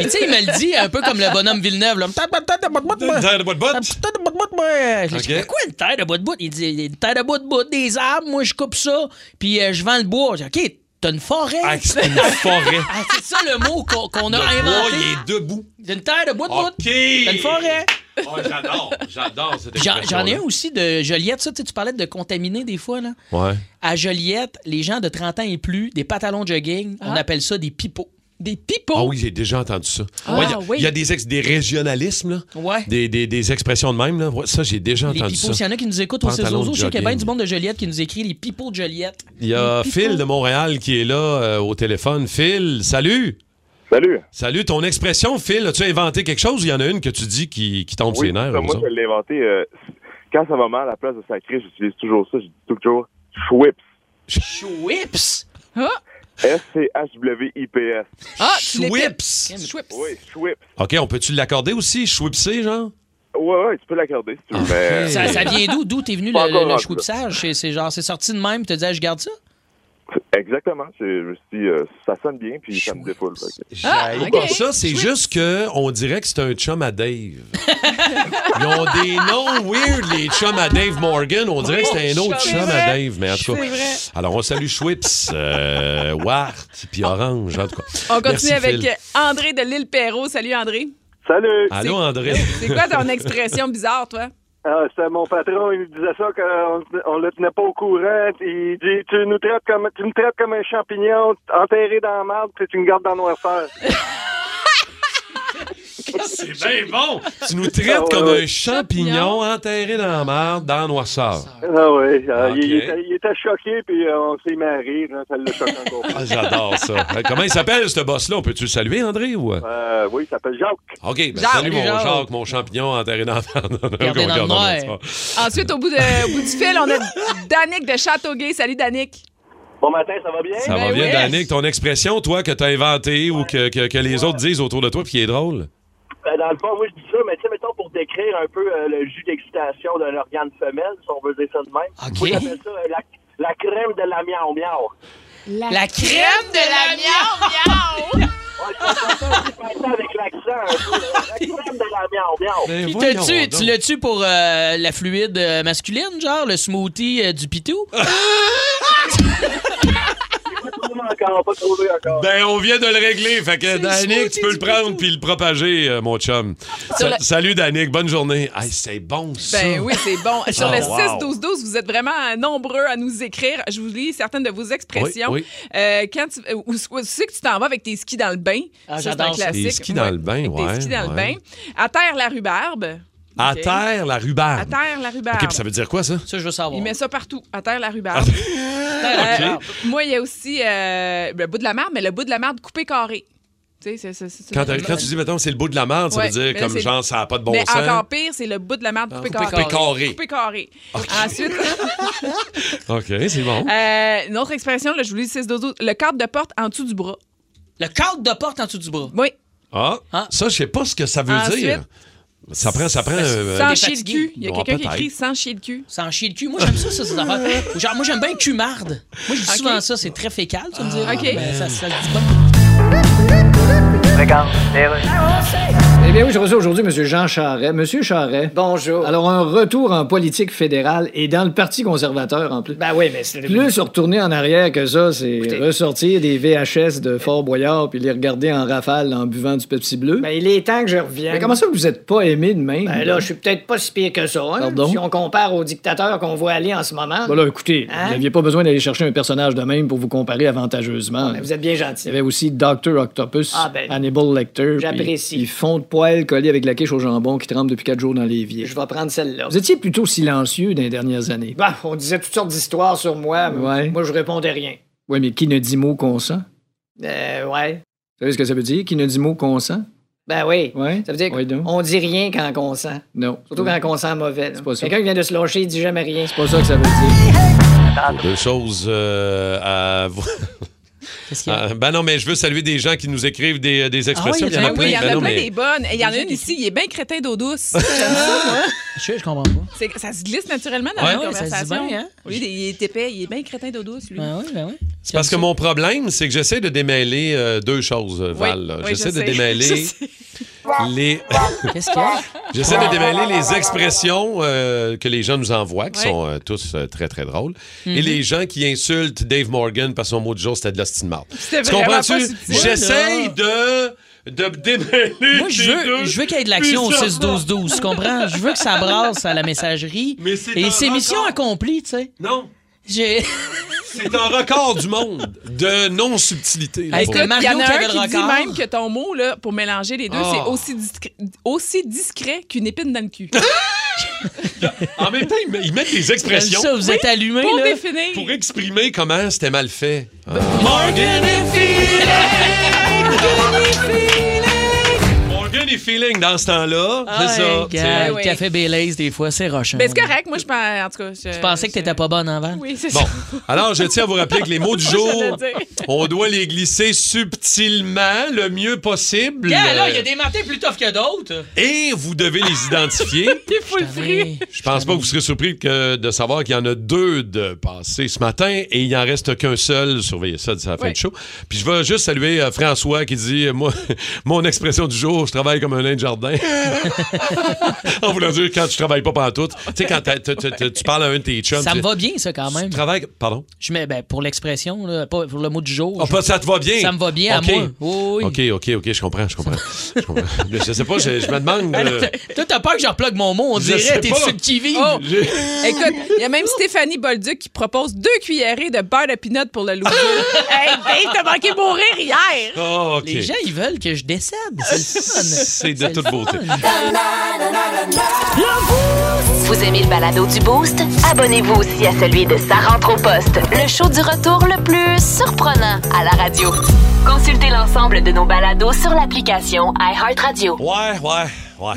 Speaker 3: tu sais, il me le dit un peu comme le bonhomme Villeneuve, là. Une terre de bout de bout, moi.
Speaker 1: Une terre de bois de bout?
Speaker 3: Une terre de bout de bout, moi. Je lui dis,
Speaker 1: Ok.
Speaker 3: Mais quoi, une terre de bout de bout? Il dit, une terre de bout de bout, des arbres, moi, je coupe ça, puis euh, je vends le bois. J'ai dit, OK, t'as une forêt.
Speaker 1: Ah, c'est une
Speaker 4: <laughs>
Speaker 1: forêt.
Speaker 3: <laughs> Ah, c'est ça le mot qu'on qu'on a
Speaker 1: Le bois,
Speaker 3: inventé.
Speaker 1: il est debout.
Speaker 3: Une terre de bout de bout.
Speaker 1: OK.
Speaker 3: T'as une forêt.
Speaker 1: Oh, j'adore, j'adore cette
Speaker 3: J'en
Speaker 1: expression.
Speaker 3: j'en ai un aussi de Joliette, ça, tu sais, tu parlais de contaminer des fois, là.
Speaker 1: Ouais.
Speaker 3: À Joliette, les gens de 30 ans et plus, des pantalons jogging, on appelle ça des pipeaux.
Speaker 4: Des pipeaux.
Speaker 1: Ah oui, j'ai déjà entendu ça.
Speaker 4: Oh. Ah
Speaker 1: Ouais, Il y a-
Speaker 4: oui.
Speaker 1: il y, a des, ex- des régionalismes, là.
Speaker 3: Ouais.
Speaker 1: Des, des- des expressions de même. Là. Ouais, ça, Ah j'ai déjà
Speaker 3: Les
Speaker 1: entendu
Speaker 3: pipeaux, s'il y
Speaker 1: ça.
Speaker 3: en a qui nous écoutent au
Speaker 1: Pantalon
Speaker 3: Cézozo,
Speaker 1: de
Speaker 3: je sais qu'il y a bien
Speaker 1: jogging.
Speaker 3: du monde de Joliette qui nous écrit les pipeaux de Joliette.
Speaker 1: Il y a
Speaker 3: Les
Speaker 1: Phil
Speaker 3: pipeaux.
Speaker 1: de Montréal qui est là euh, au téléphone. Phil, salut.
Speaker 9: Salut.
Speaker 1: Salut. Ton expression, Phil, as-tu inventé quelque chose? Il y en a une que tu dis qui, qui tombe
Speaker 9: Oui,
Speaker 1: ses nerfs.
Speaker 9: ça,
Speaker 1: aux
Speaker 9: moi,
Speaker 1: autres.
Speaker 9: je l'ai inventé. euh, quand ça va mal, à la place de sacré, j'utilise toujours ça. Je dis toujours Schwips. Ah!
Speaker 3: Schwips?
Speaker 9: S-C-H-W-I-P-S.
Speaker 4: Ah,
Speaker 9: tu l'épais.
Speaker 4: Schwips.
Speaker 9: Oui, Schwips.
Speaker 1: OK, on peut-tu l'accorder aussi? Schwipser, genre?
Speaker 9: Ouais, ouais, tu peux l'accorder si tu veux. mais- euh,
Speaker 3: Ça, ça vient d'où? D'où t'es venu
Speaker 9: Pas
Speaker 3: le, le,
Speaker 9: encore
Speaker 3: le
Speaker 9: rendu,
Speaker 3: schwipsage? C'est- C'est genre, c'est sorti de même, tu te dit, Ah, je garde ça?
Speaker 9: Exactement. Je, je me suis dit, euh, ça sonne bien, puis ça me défoule. fait que-
Speaker 1: J'haïs pas ça, c'est juste que on dirait que c'est un chum à Dave. Ils ont des noms weird, les chums à Dave Morgan. On dirait que c'est un
Speaker 10: Oh,
Speaker 1: autre
Speaker 10: c'est
Speaker 1: chum à
Speaker 10: vrai.
Speaker 1: Dave, mais en tout cas.
Speaker 10: C'est vrai.
Speaker 1: Alors, on salue Schwips, euh, Wart, puis Orange, en tout cas.
Speaker 4: On continue
Speaker 1: Merci,
Speaker 4: avec
Speaker 1: Phil.
Speaker 4: euh, André de l'île Perrault. Salut, André.
Speaker 11: Salut.
Speaker 1: Allô, André.
Speaker 4: C'est quoi
Speaker 1: <laughs>
Speaker 4: ton expression bizarre, toi?
Speaker 11: Ah, c'était mon patron, il nous disait ça qu'on on le tenait pas au courant. Il dit Tu nous traites comme tu me traites comme un champignon enterré dans la marde puis tu me gardes dans la noirceur.
Speaker 1: C'est bien bon! Tu nous
Speaker 11: Ah,
Speaker 1: traites comme un champignon enterré dans la marde, dans la noirceur.
Speaker 11: Ah oui, ah,
Speaker 1: Ok.
Speaker 11: il, il était, il était choqué puis euh, on s'est mis à rire, hein, ça le choque encore.
Speaker 1: Ah, J'adore
Speaker 11: <laughs>
Speaker 1: ça. Euh, Comment il s'appelle, ce boss-là? On peut-tu le saluer, André? Ou...
Speaker 11: Euh, oui, il s'appelle Jacques.
Speaker 1: OK, ben,
Speaker 4: Jacques.
Speaker 1: salut mon
Speaker 4: Jacques.
Speaker 1: Jacques, mon champignon enterré dans la marde. On
Speaker 4: Gardé dans le
Speaker 1: regarde
Speaker 4: noir. Ben
Speaker 1: noirceur.
Speaker 4: Ensuite, au bout, de- au bout du fil, on a Danick de Châteauguay. Salut, Danick.
Speaker 11: Bon matin, ça va bien?
Speaker 1: Ça va bien, Danick. Ton expression, toi, que t'as inventée ou que, que- que les autres disent autour de toi, puis qui est drôle.
Speaker 12: Ben, dans le fond, moi, je dis ça, mais tu sais, mettons, pour décrire un peu euh, le jus d'excitation d'un organe femelle, si on veut dire ça de même. Moi, j'appelle ça euh, la, la crème de la miau-miau.
Speaker 4: La,
Speaker 12: crème de la
Speaker 4: miau-miau!
Speaker 12: avec l'accent, un peu, là. la crème de la miau-miau.
Speaker 1: Ben
Speaker 3: Puis t'as-tu- tu l'as-tu pour euh, la fluide euh, masculine, genre le smoothie euh, du pitou?
Speaker 1: Ah. Ben, on vient de le régler. Fait que, Danick, tu peux le prendre puis le propager, euh, mon chum.
Speaker 4: Sur
Speaker 1: Sa-
Speaker 4: le-
Speaker 1: Salut, Danick. Bonne journée. Hey, c'est bon, ça.
Speaker 4: Ben oui, c'est bon. Sur
Speaker 1: Ah,
Speaker 4: le
Speaker 1: wow.
Speaker 4: 6-12-12, vous êtes vraiment nombreux à nous écrire. Je vous lis certaines de vos expressions.
Speaker 1: Oui,
Speaker 4: Euh, quand tu, euh, où- où- tu sais que tu t'en vas avec tes skis dans le bain.
Speaker 1: Ah,
Speaker 4: Ça, c'est un
Speaker 1: j'adore ça.
Speaker 4: classique.
Speaker 1: Tes skis dans
Speaker 4: Ouais,
Speaker 1: le bain,
Speaker 4: avec
Speaker 1: ouais,
Speaker 4: Tes skis dans le
Speaker 1: ouais.
Speaker 4: bain. À terre, la rhubarbe.
Speaker 1: À
Speaker 4: Ok.
Speaker 1: terre, la
Speaker 4: À
Speaker 1: rhubarbe.
Speaker 4: terre, la rhubarbe.
Speaker 1: OK, puis ça Ah. veut dire quoi, ça?
Speaker 3: Ça, je veux savoir.
Speaker 4: Il met ça partout. À terre, la rhubarbe. Euh, Moi, il y a aussi euh, le bout de la merde, mais le bout de la merde coupé carré. Tu sais, c'est- c'est- c'est-
Speaker 1: Quand, t'as- quand tu dis, mettons, c'est le bout de la merde, ça
Speaker 4: Ouais,
Speaker 1: veut
Speaker 4: mais
Speaker 1: dire comme
Speaker 4: c'est-
Speaker 1: genre, ça n'a pas de bon
Speaker 4: mais
Speaker 1: sens.
Speaker 4: encore pire, c'est le bout de la merde coupé
Speaker 1: coupé
Speaker 4: carré.
Speaker 1: carré.
Speaker 4: Coupé carré. <laughs> Ensuite,
Speaker 1: OK, c'est bon.
Speaker 4: euh, une autre expression, là, je vous lis 6 dodo, le cadre de porte en dessous du bras.
Speaker 3: Le cadre de porte en dessous du bras?
Speaker 4: Oui.
Speaker 1: Ah, ça, je sais pas ce que ça veut
Speaker 4: Ensuite,
Speaker 1: dire. Ça prend, ça prend. euh,
Speaker 4: sans
Speaker 1: des-
Speaker 4: chier le cul. Il y a
Speaker 1: Bon,
Speaker 4: quelqu'un qui
Speaker 1: peut-être.
Speaker 4: écrit sans chier le cul.
Speaker 3: Sans chier le cul. Moi, j'aime ça, ça, ces affaires.
Speaker 4: <laughs>
Speaker 3: Ou Genre, moi, j'aime bien cumarde. Moi, je dis souvent ça, c'est très fécal, tu me diras.
Speaker 4: OK.
Speaker 3: Ben, ça, ça le dit pas.
Speaker 6: Eh bien oui, je reçois aujourd'hui M. Jean Charret. Monsieur Charret. Bonjour. Alors, un retour en politique fédérale et dans le Parti conservateur en plus. Ben oui, mais c'est... Plus retourner en arrière que ça, c'est ressortir des VHS de Fort Boyard puis les regarder en rafale en buvant du Pepsi bleu.
Speaker 7: Ben, il est temps que je revienne.
Speaker 6: Mais comment ça que vous êtes pas aimé de même?
Speaker 7: Ben là, je suis peut-être pas si pire que ça, hein,
Speaker 6: Pardon?
Speaker 7: Si on compare aux dictateurs qu'on voit aller en ce moment.
Speaker 6: Ben là, écoutez,
Speaker 7: Hein?
Speaker 6: vous n'aviez pas besoin d'aller chercher un personnage de même pour vous comparer avantageusement.
Speaker 7: Ben, vous êtes bien
Speaker 6: Il y
Speaker 7: gentil.
Speaker 6: avait aussi Dr. Octopus,
Speaker 7: Ah ben,
Speaker 6: Hannibal Lecter. puis-
Speaker 7: j'apprécie.
Speaker 6: Puis fond de poêle collé avec la quiche au jambon qui trempe depuis quatre jours dans l'évier.
Speaker 7: Je vais prendre celle-là.
Speaker 6: Vous étiez plutôt silencieux dans les dernières années.
Speaker 7: Ben, on disait toutes sortes d'histoires sur moi. mais
Speaker 6: Ouais.
Speaker 7: Moi, je répondais rien.
Speaker 6: Oui, mais qui ne dit mot consent?
Speaker 7: Euh, ouais.
Speaker 6: Vous savez ce que ça veut dire, qui ne dit mot consent?
Speaker 7: Ben oui.
Speaker 6: Ouais.
Speaker 7: Ça veut dire
Speaker 6: Oui, donc.
Speaker 7: qu'on dit rien quand on sent.
Speaker 6: Non.
Speaker 7: Surtout quand on sent mauvais. là.
Speaker 6: pas ça.
Speaker 7: Quelqu'un qui vient de se lâcher, il dit jamais rien.
Speaker 6: C'est pas ça que ça veut dire.
Speaker 1: Deux choses euh, à vous. Ah, ben non, mais je veux saluer des gens qui nous écrivent des, euh, des expressions.
Speaker 4: Ah il y en a
Speaker 1: plein.
Speaker 4: plein, il y en
Speaker 1: Ben
Speaker 4: a
Speaker 1: non,
Speaker 4: plein
Speaker 1: mais-
Speaker 4: des bonnes. Et Il y en a une ici, il est bien crétin d'eau
Speaker 1: <laughs>
Speaker 4: douce. J'aime ça, moi.
Speaker 3: Je sais, je comprends pas.
Speaker 4: C'est- Ça se glisse naturellement dans
Speaker 1: Ouais,
Speaker 4: la
Speaker 1: ouais,
Speaker 3: ça se dit
Speaker 4: conversation.
Speaker 3: bien, hein?
Speaker 4: Oui, il est- il est épais, il est bien crétin d'eau douce, lui.
Speaker 3: Ben oui, ben oui.
Speaker 1: C'est parce que mon problème, c'est que j'essaie de démêler euh, deux choses, euh, Val. là.
Speaker 3: oui,
Speaker 1: j'essaie
Speaker 3: je
Speaker 1: de
Speaker 3: sais.
Speaker 1: démêler
Speaker 3: <laughs> Je sais.
Speaker 1: les. <laughs>
Speaker 3: Qu'est-ce qu'il y a?
Speaker 1: J'essaie de démêler les expressions euh, que les gens nous envoient, qui
Speaker 3: Ouais.
Speaker 1: sont euh, tous euh, très, très drôles,
Speaker 3: Mhm.
Speaker 1: et les gens qui insultent Dave Morgan parce que son mot du jour, c'était de l'hostie de marde.
Speaker 3: C'était
Speaker 1: Tu
Speaker 3: vraiment
Speaker 1: comprends-tu?
Speaker 3: pas subtil.
Speaker 1: J'essaye de, de démêler.
Speaker 3: Moi, je
Speaker 1: tes
Speaker 3: veux,
Speaker 1: deux
Speaker 3: je veux qu'il y ait de l'action au
Speaker 1: puissances.
Speaker 3: 6-12-12, tu comprends? Je veux que ça brasse à la messagerie.
Speaker 1: c'est
Speaker 3: Et
Speaker 1: en
Speaker 3: c'est
Speaker 1: encore.
Speaker 3: mission accomplie, tu sais.
Speaker 1: Non.
Speaker 3: J'ai...
Speaker 1: C'est un record du monde de non-subtilité. là,
Speaker 3: Ah,
Speaker 4: Hey,
Speaker 1: pour
Speaker 4: écoute,
Speaker 1: vrai.
Speaker 4: il y en a un qui dit même que ton mot là, pour mélanger les deux,
Speaker 1: Ah.
Speaker 4: c'est aussi, discret- aussi discret qu'une épine dans le
Speaker 1: <laughs>
Speaker 4: cul.
Speaker 1: En même temps, ils me- ils mettent des expressions.
Speaker 4: Ça, vous êtes Oui, allumés, pour là. définir.
Speaker 1: Pour exprimer comment c'était mal fait. Ah.
Speaker 4: Morgan
Speaker 1: and
Speaker 4: Feeling.
Speaker 1: Morgan et Feeling dans ce temps-là.
Speaker 2: Ah,
Speaker 1: c'est ça.
Speaker 3: Hey, gars,
Speaker 1: c'est-
Speaker 3: hein, le café Baileys, des fois, c'est rochant.
Speaker 4: Mais c'est correct, moi je pense. En tout cas, je,
Speaker 3: Je pensais que t'étais pas bonne en vente.
Speaker 4: Oui, c'est
Speaker 1: euh, Bon,
Speaker 4: ça.
Speaker 1: alors je tiens à vous rappeler que
Speaker 2: <laughs>
Speaker 1: les mots du
Speaker 4: Je voulais
Speaker 1: jour,
Speaker 4: dire.
Speaker 1: on doit les glisser subtilement, le mieux possible.
Speaker 2: Gars, là, il y a des matins plus tough que d'autres.
Speaker 1: Et vous devez les identifier. Je pense pas que vous serez surpris que de savoir qu'il y en a deux de passés ce matin et il en reste qu'un seul. Surveillez ça d'ici la fin
Speaker 10: Oui.
Speaker 1: du show. Puis je veux juste saluer euh, François qui dit euh, moi, <laughs> Mon expression du jour, je travaille comme un nain de jardin. en voulant dire quand tu travailles pas pantoute. Tu sais, quand t'as- t'as- t'as- t'as- tu parles à un de tes chums.
Speaker 3: Ça
Speaker 1: tu-
Speaker 3: me va bien, ça, quand même.
Speaker 1: Travaille. Pardon?
Speaker 3: Je mets, ben, pour l'expression, là, pas pour le mot du jour.
Speaker 1: Ah,
Speaker 3: je-
Speaker 1: pas- ça te va bien?
Speaker 3: Ça me va bien
Speaker 1: Ok.
Speaker 3: à moi. Oui, oui.
Speaker 1: OK, OK, OK, je comprends, je comprends. Je, comprends. Mais je sais pas, je, je me
Speaker 3: <laughs>
Speaker 1: demande. euh,
Speaker 3: <laughs> Toi, t'as peur que je replogue mon mot, on
Speaker 1: Je sais
Speaker 3: dirait. T'es
Speaker 1: pas.
Speaker 3: subtivé.
Speaker 1: <laughs>
Speaker 4: Oh.
Speaker 1: J'ai-
Speaker 4: <laughs> Écoute, il y a même Stéphanie Bolduc qui propose deux cuillerées de beurre de pinot pour le loup. hey, Dave, t'as manqué mourir hier!
Speaker 1: Ah, OK.
Speaker 3: Les gens, ils veulent que je décède.
Speaker 1: Ben,
Speaker 3: C'est le fun.
Speaker 1: C'est de toute beauté.
Speaker 8: Vous aimez le balado du Boost? Abonnez-vous aussi à celui de Sa rentre au poste, le show du retour le plus surprenant à la radio. Consultez l'ensemble de nos balados sur l'application iHeartRadio.
Speaker 1: Ouais, ouais, ouais.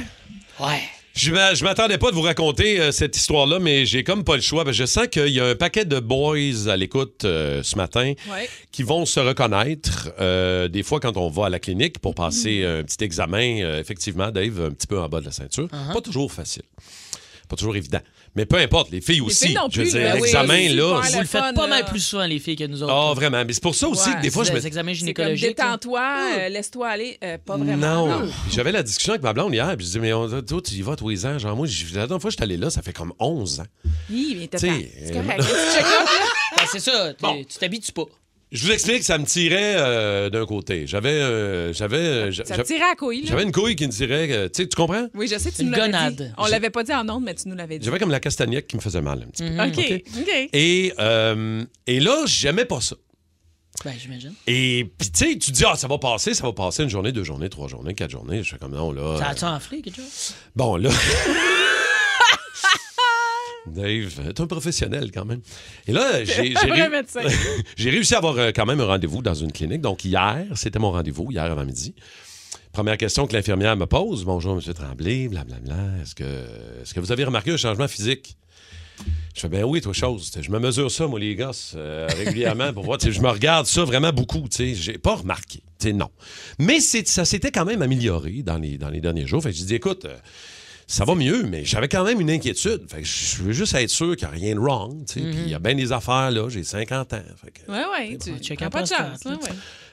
Speaker 3: Ouais.
Speaker 1: Je m'a- je m'attendais pas de vous raconter euh, cette histoire-là, mais j'ai comme pas le choix. parce que je sens qu'il y a un paquet de boys à l'écoute euh, ce matin
Speaker 10: Ouais.
Speaker 1: qui vont se reconnaître. euh, des fois, quand on va à la clinique pour passer
Speaker 3: Mm-hmm.
Speaker 1: un petit examen, euh, effectivement, Dave, un petit peu en bas de la ceinture.
Speaker 3: Uh-huh.
Speaker 1: Pas toujours facile. Pas toujours évident. Mais peu importe, les filles aussi.
Speaker 3: filles non
Speaker 1: je veux
Speaker 3: plus,
Speaker 1: dire,
Speaker 3: ben oui,
Speaker 1: l'examen,
Speaker 3: c'est
Speaker 1: là.
Speaker 3: super Vous le le faites fun, pas là. mal plus souvent, les filles, que nous autres.
Speaker 1: Ah, vraiment. Mais c'est pour ça aussi que des fois, je me.
Speaker 4: C'est comme détends-toi, euh, laisse-toi aller. Euh, pas vraiment.
Speaker 1: Non. Puis J'avais la discussion avec ma blonde hier, puis je dis mais on, toi, tu y vas tous les ans. Genre, moi, j'ai- la dernière fois que je suis allé là, ça fait comme 11 ans.
Speaker 4: Oui, mais t'as
Speaker 1: Tu sais,
Speaker 4: pas.
Speaker 1: euh,
Speaker 4: C'est correct. Check-up, là.
Speaker 3: Ben, c'est ça. t'es- Tu t'habitues pas.
Speaker 1: Je vous explique, ça me tirait euh, d'un côté. J'avais. euh, j'avais euh, j'a-
Speaker 4: Ça te
Speaker 1: j'a-
Speaker 4: tirait à la couille, là.
Speaker 1: J'avais une couille qui me tirait. euh, tu sais, tu comprends?
Speaker 4: Oui, je sais, tu
Speaker 1: Une
Speaker 4: nous l'avais
Speaker 1: gonade.
Speaker 4: dit. On
Speaker 1: Je-
Speaker 4: l'avait pas dit en ondes, mais tu nous l'avais dit.
Speaker 1: J'avais comme la castagnette qui me faisait mal un petit peu.
Speaker 4: Mhm. OK, OK.
Speaker 1: Et, euh, et là, j'aimais pas ça.
Speaker 3: Ben, j'imagine.
Speaker 1: Et puis, tu sais, tu dis, ah, ça va passer, ça va passer une journée, deux journées, trois journées, quatre journées. Je fais comme non, là.
Speaker 3: Ça
Speaker 1: euh,
Speaker 3: a-tu enflé, quelque chose?
Speaker 1: Bon, là. <laughs> Dave, euh, t'es un professionnel quand même. Et
Speaker 3: <laughs>
Speaker 1: là, j'ai
Speaker 3: Un
Speaker 1: j'ai
Speaker 3: vrai
Speaker 1: réu-
Speaker 3: médecin.
Speaker 1: <laughs> j'ai réussi à avoir euh, quand même un rendez-vous dans une clinique. Donc hier, c'était mon rendez-vous, hier avant midi. Première question que l'infirmière me pose Bonjour, Monsieur Tremblay, blablabla. Est-ce que, est que vous avez remarqué un changement physique je fais, ben oui, toi, chose. Je me mesure ça, moi, les gosses, euh, régulièrement, pour voir. Tu sais, Je me regarde ça vraiment beaucoup. tu sais. J'ai pas remarqué. Tu sais, non. Mais c'est- ça s'était quand même amélioré dans les, dans les derniers jours. Fait que j'ai dit, écoute, euh, ça va mieux, mais j'avais quand même une inquiétude. Fait que je veux juste être sûr qu'il n'y a rien de wrong. tu sais. Puis il y a bien des affaires, là. J'ai 50 ans. Fait que,
Speaker 4: Ouais, ouais. Tu
Speaker 3: check-up
Speaker 4: n'as pas de
Speaker 3: instant.
Speaker 4: chance, là, ouais.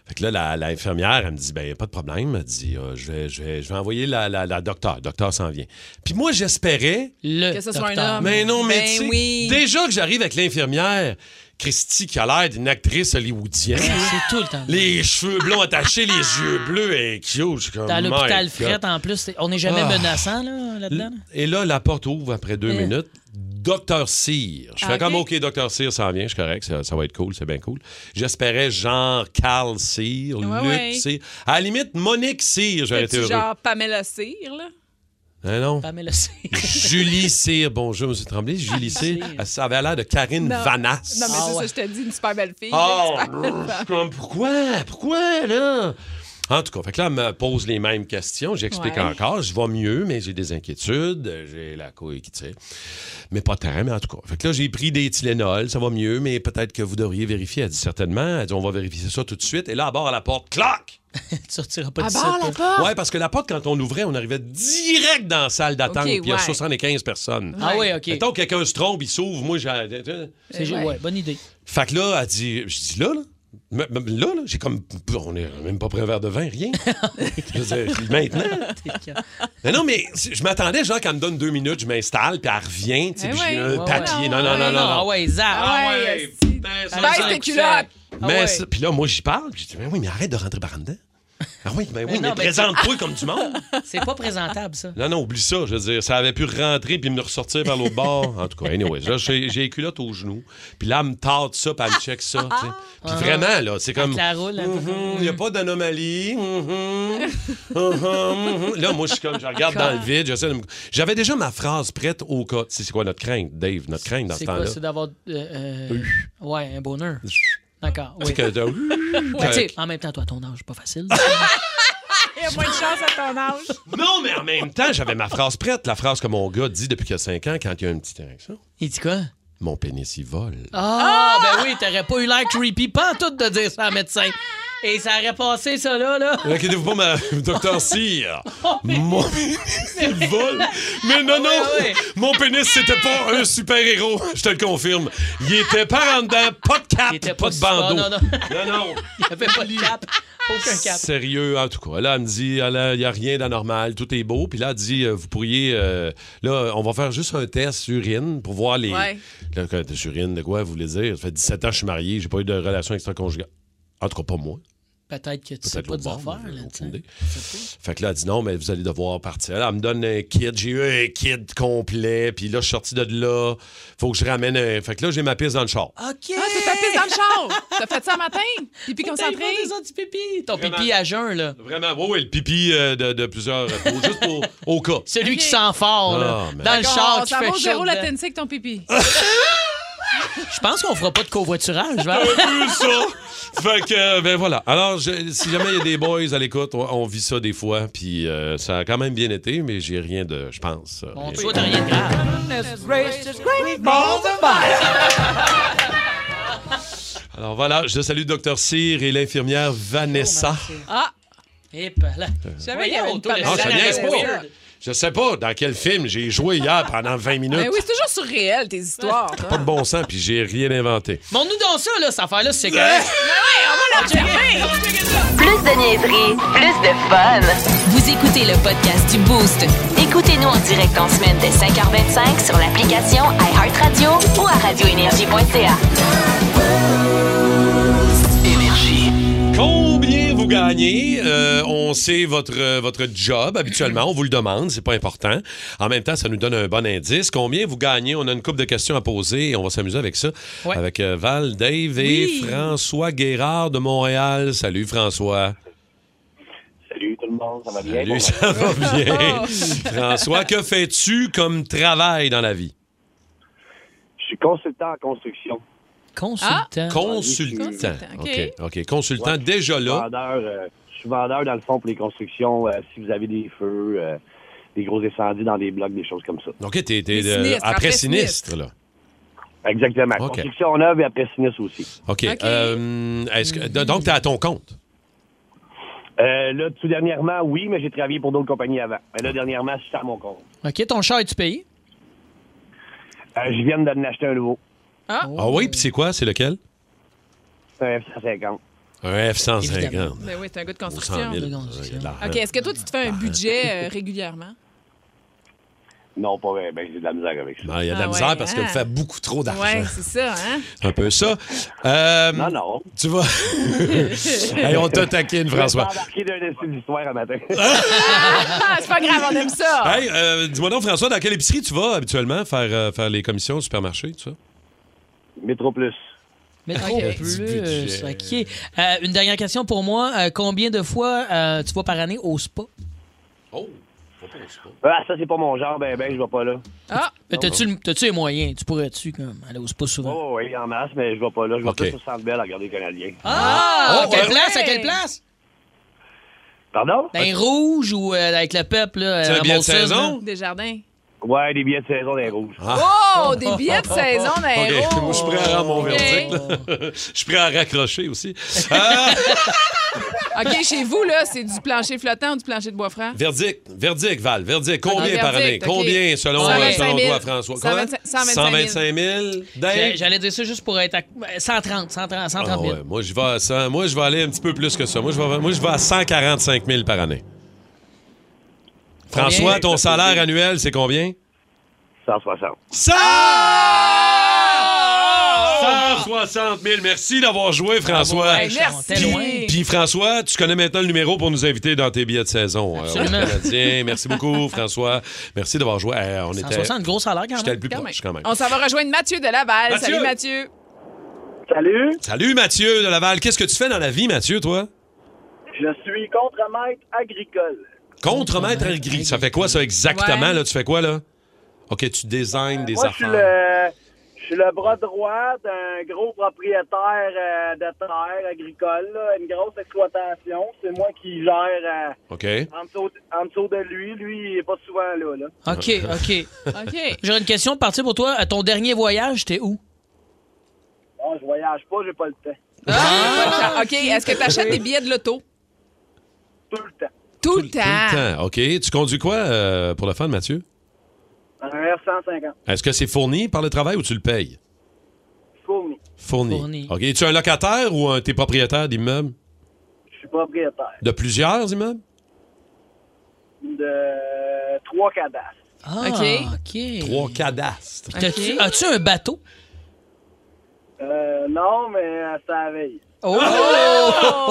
Speaker 1: fait que là, la- l'infirmière, elle me dit, ben, pas de problème. Elle dit, euh, je, vais, je, vais, je vais envoyer la, la, la docteur. Le docteur s'en vient. Puis moi, j'espérais.
Speaker 4: Que ce soit un homme.
Speaker 1: Mais non, mais
Speaker 4: Ben
Speaker 1: tu sais,
Speaker 4: oui.
Speaker 1: déjà que j'arrive avec l'infirmière, Christy, qui a l'air d'une actrice hollywoodienne.
Speaker 3: C'est tout le temps.
Speaker 1: Les cheveux blonds attachés, les yeux bleus, et cute. je suis comme,
Speaker 3: Dans l'hôpital
Speaker 1: my
Speaker 3: fret,
Speaker 1: God.
Speaker 3: en plus, c'est- on n'est jamais
Speaker 1: Ah.
Speaker 3: menaçant là, là-dedans. là.
Speaker 1: Et là, la porte ouvre après deux
Speaker 3: Euh.
Speaker 4: Eh.
Speaker 1: minutes. Docteur Cyr. Je fais
Speaker 3: Ah,
Speaker 1: comme,
Speaker 3: ok.
Speaker 1: OK, Docteur Cyr s'en vient, je suis correct, ça, ça va être cool, c'est bien cool. J'espérais genre Carl Cyr,
Speaker 4: Ouais,
Speaker 1: Luc
Speaker 4: ouais.
Speaker 1: Cyr. À la limite, Monique Cyr, j'aurais été
Speaker 4: T'es-tu
Speaker 1: heureux.
Speaker 4: genre Pamela Cyr, là?
Speaker 1: Non, non.
Speaker 3: Pamela <laughs> Cyr.
Speaker 1: Julie Cyr. Bonjour, M. Tremblay. Julie Cyr. Ça avait l'air de Karine
Speaker 4: Ah, Non.
Speaker 1: Vanasse.
Speaker 4: Non, mais c'est ça, je te dis, une super belle fille.
Speaker 1: Oh,
Speaker 4: une super belle femme.
Speaker 1: comme pourquoi? Pourquoi, là? En tout cas, fait que là, elle me pose les mêmes questions. J'explique
Speaker 10: Ouais.
Speaker 1: encore. Je vais mieux, mais j'ai des inquiétudes. J'ai la couille qui tire. Mais pas tant, mais en tout cas. Fait que là, j'ai pris des Tylenol. Ça va mieux, mais peut-être que vous devriez vérifier. Elle dit certainement. Elle dit, on va vérifier ça tout de suite. Et là, à bord à la porte, clac!
Speaker 3: tu sortiras pas
Speaker 1: À
Speaker 3: de
Speaker 1: bord,
Speaker 3: ça.
Speaker 1: la porte? Ouais, parce que la porte, quand on ouvrait, on arrivait direct dans la salle d'attente.
Speaker 3: Ok,
Speaker 1: puis il y a
Speaker 3: ouais.
Speaker 1: 75 personnes.
Speaker 3: Ah ouais, ok.
Speaker 1: Mettons, quelqu'un se trompe, il s'ouvre. Moi, j'ai.
Speaker 3: C'est ju- ouais, bonne idée.
Speaker 1: Fait que là, elle dit, je dis là, là. m- m- Là, là, j'ai comme. On n'est même pas pris un verre de vin, rien. je veux dire, maintenant. Mais non, mais c'est- je m'attendais, genre, qu'elle me donne deux minutes, je m'installe, puis elle revient, tu sais,
Speaker 3: Eh
Speaker 1: puis j'ai
Speaker 3: ouais.
Speaker 1: un
Speaker 3: Ouais,
Speaker 1: papier.
Speaker 3: ouais.
Speaker 1: Non, non, non, non.
Speaker 3: Ah
Speaker 1: non.
Speaker 3: ouais, zap.
Speaker 4: Ah ouais,
Speaker 1: Ben,
Speaker 4: Baisse tes culottes.
Speaker 1: ben Mais ça- puis là, moi, j'y parle, puis je dis, mais oui, mais arrête de rentrer par en dedans. Ah oui, ben oui, mais,
Speaker 3: non, ben,
Speaker 1: présente-toi comme du monde.
Speaker 3: C'est pas présentable, ça.
Speaker 1: Non, non, oublie ça. Je veux dire, ça avait pu rentrer puis me ressortir par l'autre bord. En tout cas, anyway, là, j'ai j'ai les culottes aux genoux. Puis là, elle me tarde ça, puis elle me check ça. tu sais. Puis
Speaker 3: Ah.
Speaker 1: vraiment, là, c'est comme.
Speaker 3: Avec la roule, un peu.
Speaker 1: Il n'y a pas d'anomalie. Mhm. Mhm, mhm. Là, moi, je suis comme, je regarde dans le vide. j'essaie de me- J'avais déjà ma phrase prête au cas. Tu sais, c'est quoi notre crainte, Dave? Notre crainte dans ce
Speaker 3: C'est quoi,
Speaker 1: temps-là?
Speaker 3: c'est d'avoir. euh, euh, ouais, un bonheur. D'accord.
Speaker 1: C'est
Speaker 3: Oui.
Speaker 1: que euh, t'as-
Speaker 3: Ben, tu sais, en même temps, toi, ton âge, pas facile.
Speaker 4: Il y a moins de chance à ton âge.
Speaker 1: Non, mais en même temps, j'avais ma phrase prête, la phrase que mon gars dit depuis qu'il a 5 ans quand il a une petite érection.
Speaker 3: Il dit quoi?
Speaker 1: Mon pénis, il vole.
Speaker 3: Ah, ben oui, t'aurais pas eu l'air creepy, pas en tout de dire ça à un médecin. Et ça aurait passé, ça, là, là.
Speaker 1: Inquiétez-vous pas, ma... <laughs> docteur Cyr. Mon pénis, <laughs> il vole. Mais non, non, mon pénis, c'était pas un super-héros, je te le confirme. Il était pas en dedans, pas de cap, pas, de bandeau.
Speaker 3: Non, non,
Speaker 1: non. non.
Speaker 3: Il n'y avait pas de cap. Aucun cap.
Speaker 1: Sérieux, en tout cas. Là, elle me dit, il n'y a rien d'anormal, tout est beau. Puis là, elle dit, euh, vous pourriez. euh, là, on va faire juste un test urine pour voir les.
Speaker 13: Ouais.
Speaker 1: Là, quand t'es urine, de quoi vous voulez dire? Ça fait 17 ans que je suis marié, j'ai pas eu de relation extra-conjugale. En tout cas, pas moi.
Speaker 3: Peut-être que tu sais
Speaker 1: Peut-être
Speaker 3: pas
Speaker 1: l'autre
Speaker 3: des
Speaker 1: bord,
Speaker 3: affaires,
Speaker 1: mais
Speaker 3: là,
Speaker 1: aucune
Speaker 3: tu sais.
Speaker 1: idée. euh, Fait que là, elle dit non, mais vous allez devoir partir. Elle me donne un kit. J'ai eu un kit complet. Puis là, je suis sorti de là. Faut que je ramène un. Fait que là, j'ai ma piste dans le char.
Speaker 4: OK. Ah, t'es tapé dans le char. T'as fait ça un matin. Pipi concentré.
Speaker 3: du pipi. Ton pipi à jeun, là.
Speaker 1: Vraiment, oui, oui, le pipi euh, de, de
Speaker 3: <laughs>
Speaker 1: plusieurs. euh, juste pour, au cas.
Speaker 3: Celui qui sent fort, là.
Speaker 1: Ah, man.
Speaker 3: Dans le char, tu
Speaker 4: Ça
Speaker 3: fais
Speaker 4: vaut zéro
Speaker 3: chaud.
Speaker 4: la
Speaker 3: dedans.
Speaker 4: tenue avec ton pipi.
Speaker 1: Ah,
Speaker 3: Je pense qu'on fera pas de covoiturage, Val.
Speaker 4: <laughs>
Speaker 1: Un peu ça. Fait que, euh, ben voilà. Alors, je- si jamais il y a des boys à l'écoute, on, on vit ça des fois. Puis euh, ça a quand même bien été, mais j'ai rien de. Je pense. euh, rien.
Speaker 3: Toi, t'as rien de grave.
Speaker 1: Alors voilà, je salue Dr. Cyr et l'infirmière Vanessa.
Speaker 3: hein.
Speaker 4: Ah!
Speaker 3: Et pas
Speaker 1: <laughs>
Speaker 3: là.
Speaker 4: Je savais qu'il y avait une
Speaker 3: Voyons,
Speaker 1: Non,
Speaker 3: toi,
Speaker 1: je te
Speaker 3: la-
Speaker 1: niaise
Speaker 3: la-
Speaker 1: pas. Je sais pas dans quel film j'ai joué hier pendant 20 minutes.
Speaker 4: Ben oui, c'est toujours surréel, tes histoires. toi.
Speaker 1: Pas de bon sens, puis j'ai rien inventé.
Speaker 3: Mais on nous donne ça, là, cette affaire-là, c'est correct.
Speaker 8: Plus de niaiserie, plus de fun. Vous écoutez le podcast du Boost. Écoutez-nous en direct en semaine dès 5h25 sur l'application iHeartRadio ou à radioénergie.ca.
Speaker 1: Combien vous gagnez? Euh, on sait votre, euh, votre job habituellement. On vous le demande, c'est pas important. En même temps, ça nous donne un bon indice. Combien vous gagnez? On a une couple de questions à poser et on va s'amuser avec ça. Avec euh, Val, Dave et François Guérard de Montréal. Salut François.
Speaker 12: Salut tout le monde, ça va bien?
Speaker 1: Salut, ça
Speaker 4: <laughs>
Speaker 1: va
Speaker 4: Oh.
Speaker 1: bien. François, que fais-tu comme travail dans la vie?
Speaker 12: Je suis consultant en construction.
Speaker 4: Ah,
Speaker 3: Consultant.
Speaker 1: Ah. Consultant. OK.
Speaker 12: OK.
Speaker 1: OK. Consultant,
Speaker 12: Ouais,
Speaker 1: déjà
Speaker 12: je suis
Speaker 1: là.
Speaker 12: vendeur, euh, je suis vendeur dans le fond pour les constructions. euh, si vous avez des feux, euh, des gros incendies dans des blocs, des choses comme ça.
Speaker 1: OK, t'es t'es,
Speaker 12: Les
Speaker 1: euh,
Speaker 12: sinistres,
Speaker 1: après
Speaker 12: après
Speaker 1: sinistre, là.
Speaker 12: Exactement.
Speaker 1: OK.
Speaker 12: Construction neuve et après sinistre aussi.
Speaker 1: OK. euh, est-ce que,
Speaker 4: Mm-hmm.
Speaker 1: donc, t'es à ton compte.
Speaker 12: Euh, là, tout dernièrement, oui, mais j'ai travaillé pour d'autres compagnies avant. Mais là, dernièrement, je suis à mon compte.
Speaker 3: OK, ton char est-tu payé?
Speaker 12: Euh, je viens d'en acheter un nouveau.
Speaker 4: Ah,
Speaker 1: Ah oui, puis c'est quoi? C'est lequel?
Speaker 12: C'est un F-150.
Speaker 1: Un F-150.
Speaker 4: Ben oui, t'es un gars de
Speaker 1: Au 100
Speaker 4: construction.
Speaker 1: 000. Ouais, il y a de l'argent.
Speaker 4: OK, est-ce que toi, tu te fais un
Speaker 1: Bah.
Speaker 4: budget euh,
Speaker 1: <laughs>
Speaker 4: régulièrement?
Speaker 12: Non, pas vrai. Ben, j'ai de la misère avec ça.
Speaker 1: Non, il y a de la
Speaker 4: Ah ouais,
Speaker 1: misère parce qu'elle
Speaker 4: hein?
Speaker 1: fait beaucoup trop d'argent.
Speaker 4: Ouais, c'est ça, hein?
Speaker 1: un peu ça. non,
Speaker 12: non.
Speaker 4: <laughs>
Speaker 1: Tu vas. hey, on te taquine, François.
Speaker 12: Je suis embarqué d'un essai d'histoire un matin. <laughs>
Speaker 4: Ah, c'est pas grave, on aime ça.
Speaker 1: Hey, euh, dis-moi donc, François, dans quelle épicerie tu vas habituellement faire, euh, faire les commissions au supermarché, tout ça?
Speaker 4: Euh,
Speaker 12: Métro Plus.
Speaker 3: Mais trop
Speaker 1: Ok. Du
Speaker 3: plus.
Speaker 1: budget.
Speaker 3: OK. Euh, une dernière question pour moi. Euh, combien de fois euh, tu vas par année au spa? Euh,
Speaker 12: Ah, ça, c'est pas mon genre. Ben, ben, je vais pas là.
Speaker 4: Ah!
Speaker 3: Euh, T'as-tu le- t'as-tu les moyens? Tu pourrais-tu comme, aller au spa souvent?
Speaker 12: Oh, oui, en masse, mais je vais pas là. Je vais
Speaker 1: OK.
Speaker 12: plus au Centre Bell à regarder les Canadiens.
Speaker 3: Ah! à
Speaker 12: Oh,
Speaker 3: quelle
Speaker 12: ouais.
Speaker 3: place? À quelle place?
Speaker 12: Pardon?
Speaker 3: Ben, rouge ou euh, avec le peuple? Là,
Speaker 12: C'est un
Speaker 3: à
Speaker 12: billet de
Speaker 3: Molson,
Speaker 12: saison?
Speaker 3: là?
Speaker 4: Des jardins.
Speaker 12: Ouais, des billets de saison des rouges.
Speaker 1: Ah.
Speaker 4: Oh, des billets
Speaker 1: <laughs>
Speaker 4: de saison d'aéro.
Speaker 1: Bah. OK, <laughs> moi, je suis prêt à rendre mon
Speaker 4: OK.
Speaker 1: verdict. là. <laughs> Je suis prêt à raccrocher aussi. Ah,
Speaker 4: OK, chez vous, là, c'est du plancher flottant ou du plancher de bois franc?
Speaker 1: verdict, verdict, Val, verdict. Combien
Speaker 4: Ah,
Speaker 1: par année?
Speaker 4: verdict, OK.
Speaker 1: Combien selon, euh,
Speaker 4: 125
Speaker 1: selon
Speaker 4: 000.
Speaker 1: toi, François? Combien?
Speaker 4: 125 000.
Speaker 1: 125 000. Dave?
Speaker 3: J'ai- J'allais dire ça juste pour être à euh, 130, 130, 130
Speaker 1: Ah
Speaker 3: 000.
Speaker 1: ouais, moi, je vais à 100 moi, je vais aller un petit peu plus que ça. Moi, je vais, moi, je vais à 145 000 par année. François,
Speaker 12: Combien?
Speaker 1: ton salaire annuel, c'est combien?
Speaker 12: 160.
Speaker 1: Ça! 60 000. Ah! Merci d'avoir joué, François.
Speaker 2: Hey, merci.
Speaker 1: Puis- Puis, François, tu connais maintenant le numéro pour nous inviter dans tes billets de saison. euh, aux
Speaker 3: Absolument.
Speaker 1: Canadiens. Merci beaucoup, François. Merci d'avoir joué. Eh, on était...
Speaker 3: 160, gros salaire quand même.
Speaker 1: J'étais le plus proche, quand même.
Speaker 4: On s'en va rejoindre Mathieu de Laval.
Speaker 1: Mathieu!
Speaker 4: Salut Mathieu.
Speaker 12: Salut.
Speaker 1: Salut, Mathieu de Laval. Qu'est-ce que tu fais dans la vie, Mathieu, toi?
Speaker 12: Je suis contremaître agricole.
Speaker 1: Contre-maître gris. Ça fait quoi, ça, exactement?
Speaker 12: Ouais.
Speaker 1: Là, tu fais quoi, là? OK, tu designes des
Speaker 12: Euh, Moi, je suis
Speaker 1: affaires.
Speaker 12: le, je suis le bras droit d'un gros propriétaire euh, de terre agricole, là, une grosse exploitation. C'est moi qui gère euh,
Speaker 1: OK.
Speaker 12: en, dessous, en dessous de lui. Lui, il n'est pas souvent là. là.
Speaker 3: OK, OK.
Speaker 4: OK.
Speaker 3: J'aurais une question de partir pour toi. À ton dernier voyage, t'es où?
Speaker 12: Bon, je voyage pas, j'ai pas le temps.
Speaker 4: Ah, OK, est-ce que tu achètes des billets de l'auto? Tout le temps. Tout le temps.
Speaker 1: Attends, OK. Tu conduis quoi euh, pour le fun, Mathieu?
Speaker 12: Un R150
Speaker 1: Est-ce que c'est fourni par le travail ou tu le payes?
Speaker 12: fourni.
Speaker 1: Fourni. OK. Es-tu un locataire ou un, t'es propriétaire d'immeubles?
Speaker 12: Je suis propriétaire
Speaker 1: De plusieurs immeubles?
Speaker 12: de trois cadastres.
Speaker 3: Ah,
Speaker 12: OK.
Speaker 1: Trois cadastres.
Speaker 12: OK.
Speaker 3: T'as-tu- As-tu un bateau?
Speaker 12: Euh, non, mais euh, ça veille.
Speaker 3: Oh!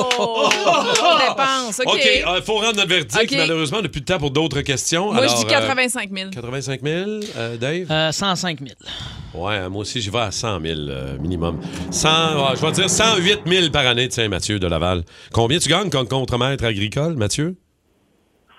Speaker 4: dépense, OK.
Speaker 1: OK, Ah, il faut rendre notre verdict.
Speaker 4: OK.
Speaker 1: Malheureusement, on n'a plus de temps pour d'autres questions.
Speaker 4: Moi,
Speaker 1: Alors,
Speaker 4: je dis
Speaker 1: euh,
Speaker 4: 85 000.
Speaker 1: 85 000, euh, Dave?
Speaker 3: 105 000.
Speaker 1: Ouais, moi aussi, j'y vais à 100 000 euh, minimum. 100, ah, je vais dire 108 000 par année, tiens, Mathieu de Laval. Combien tu gagnes comme contremaître agricole, Mathieu?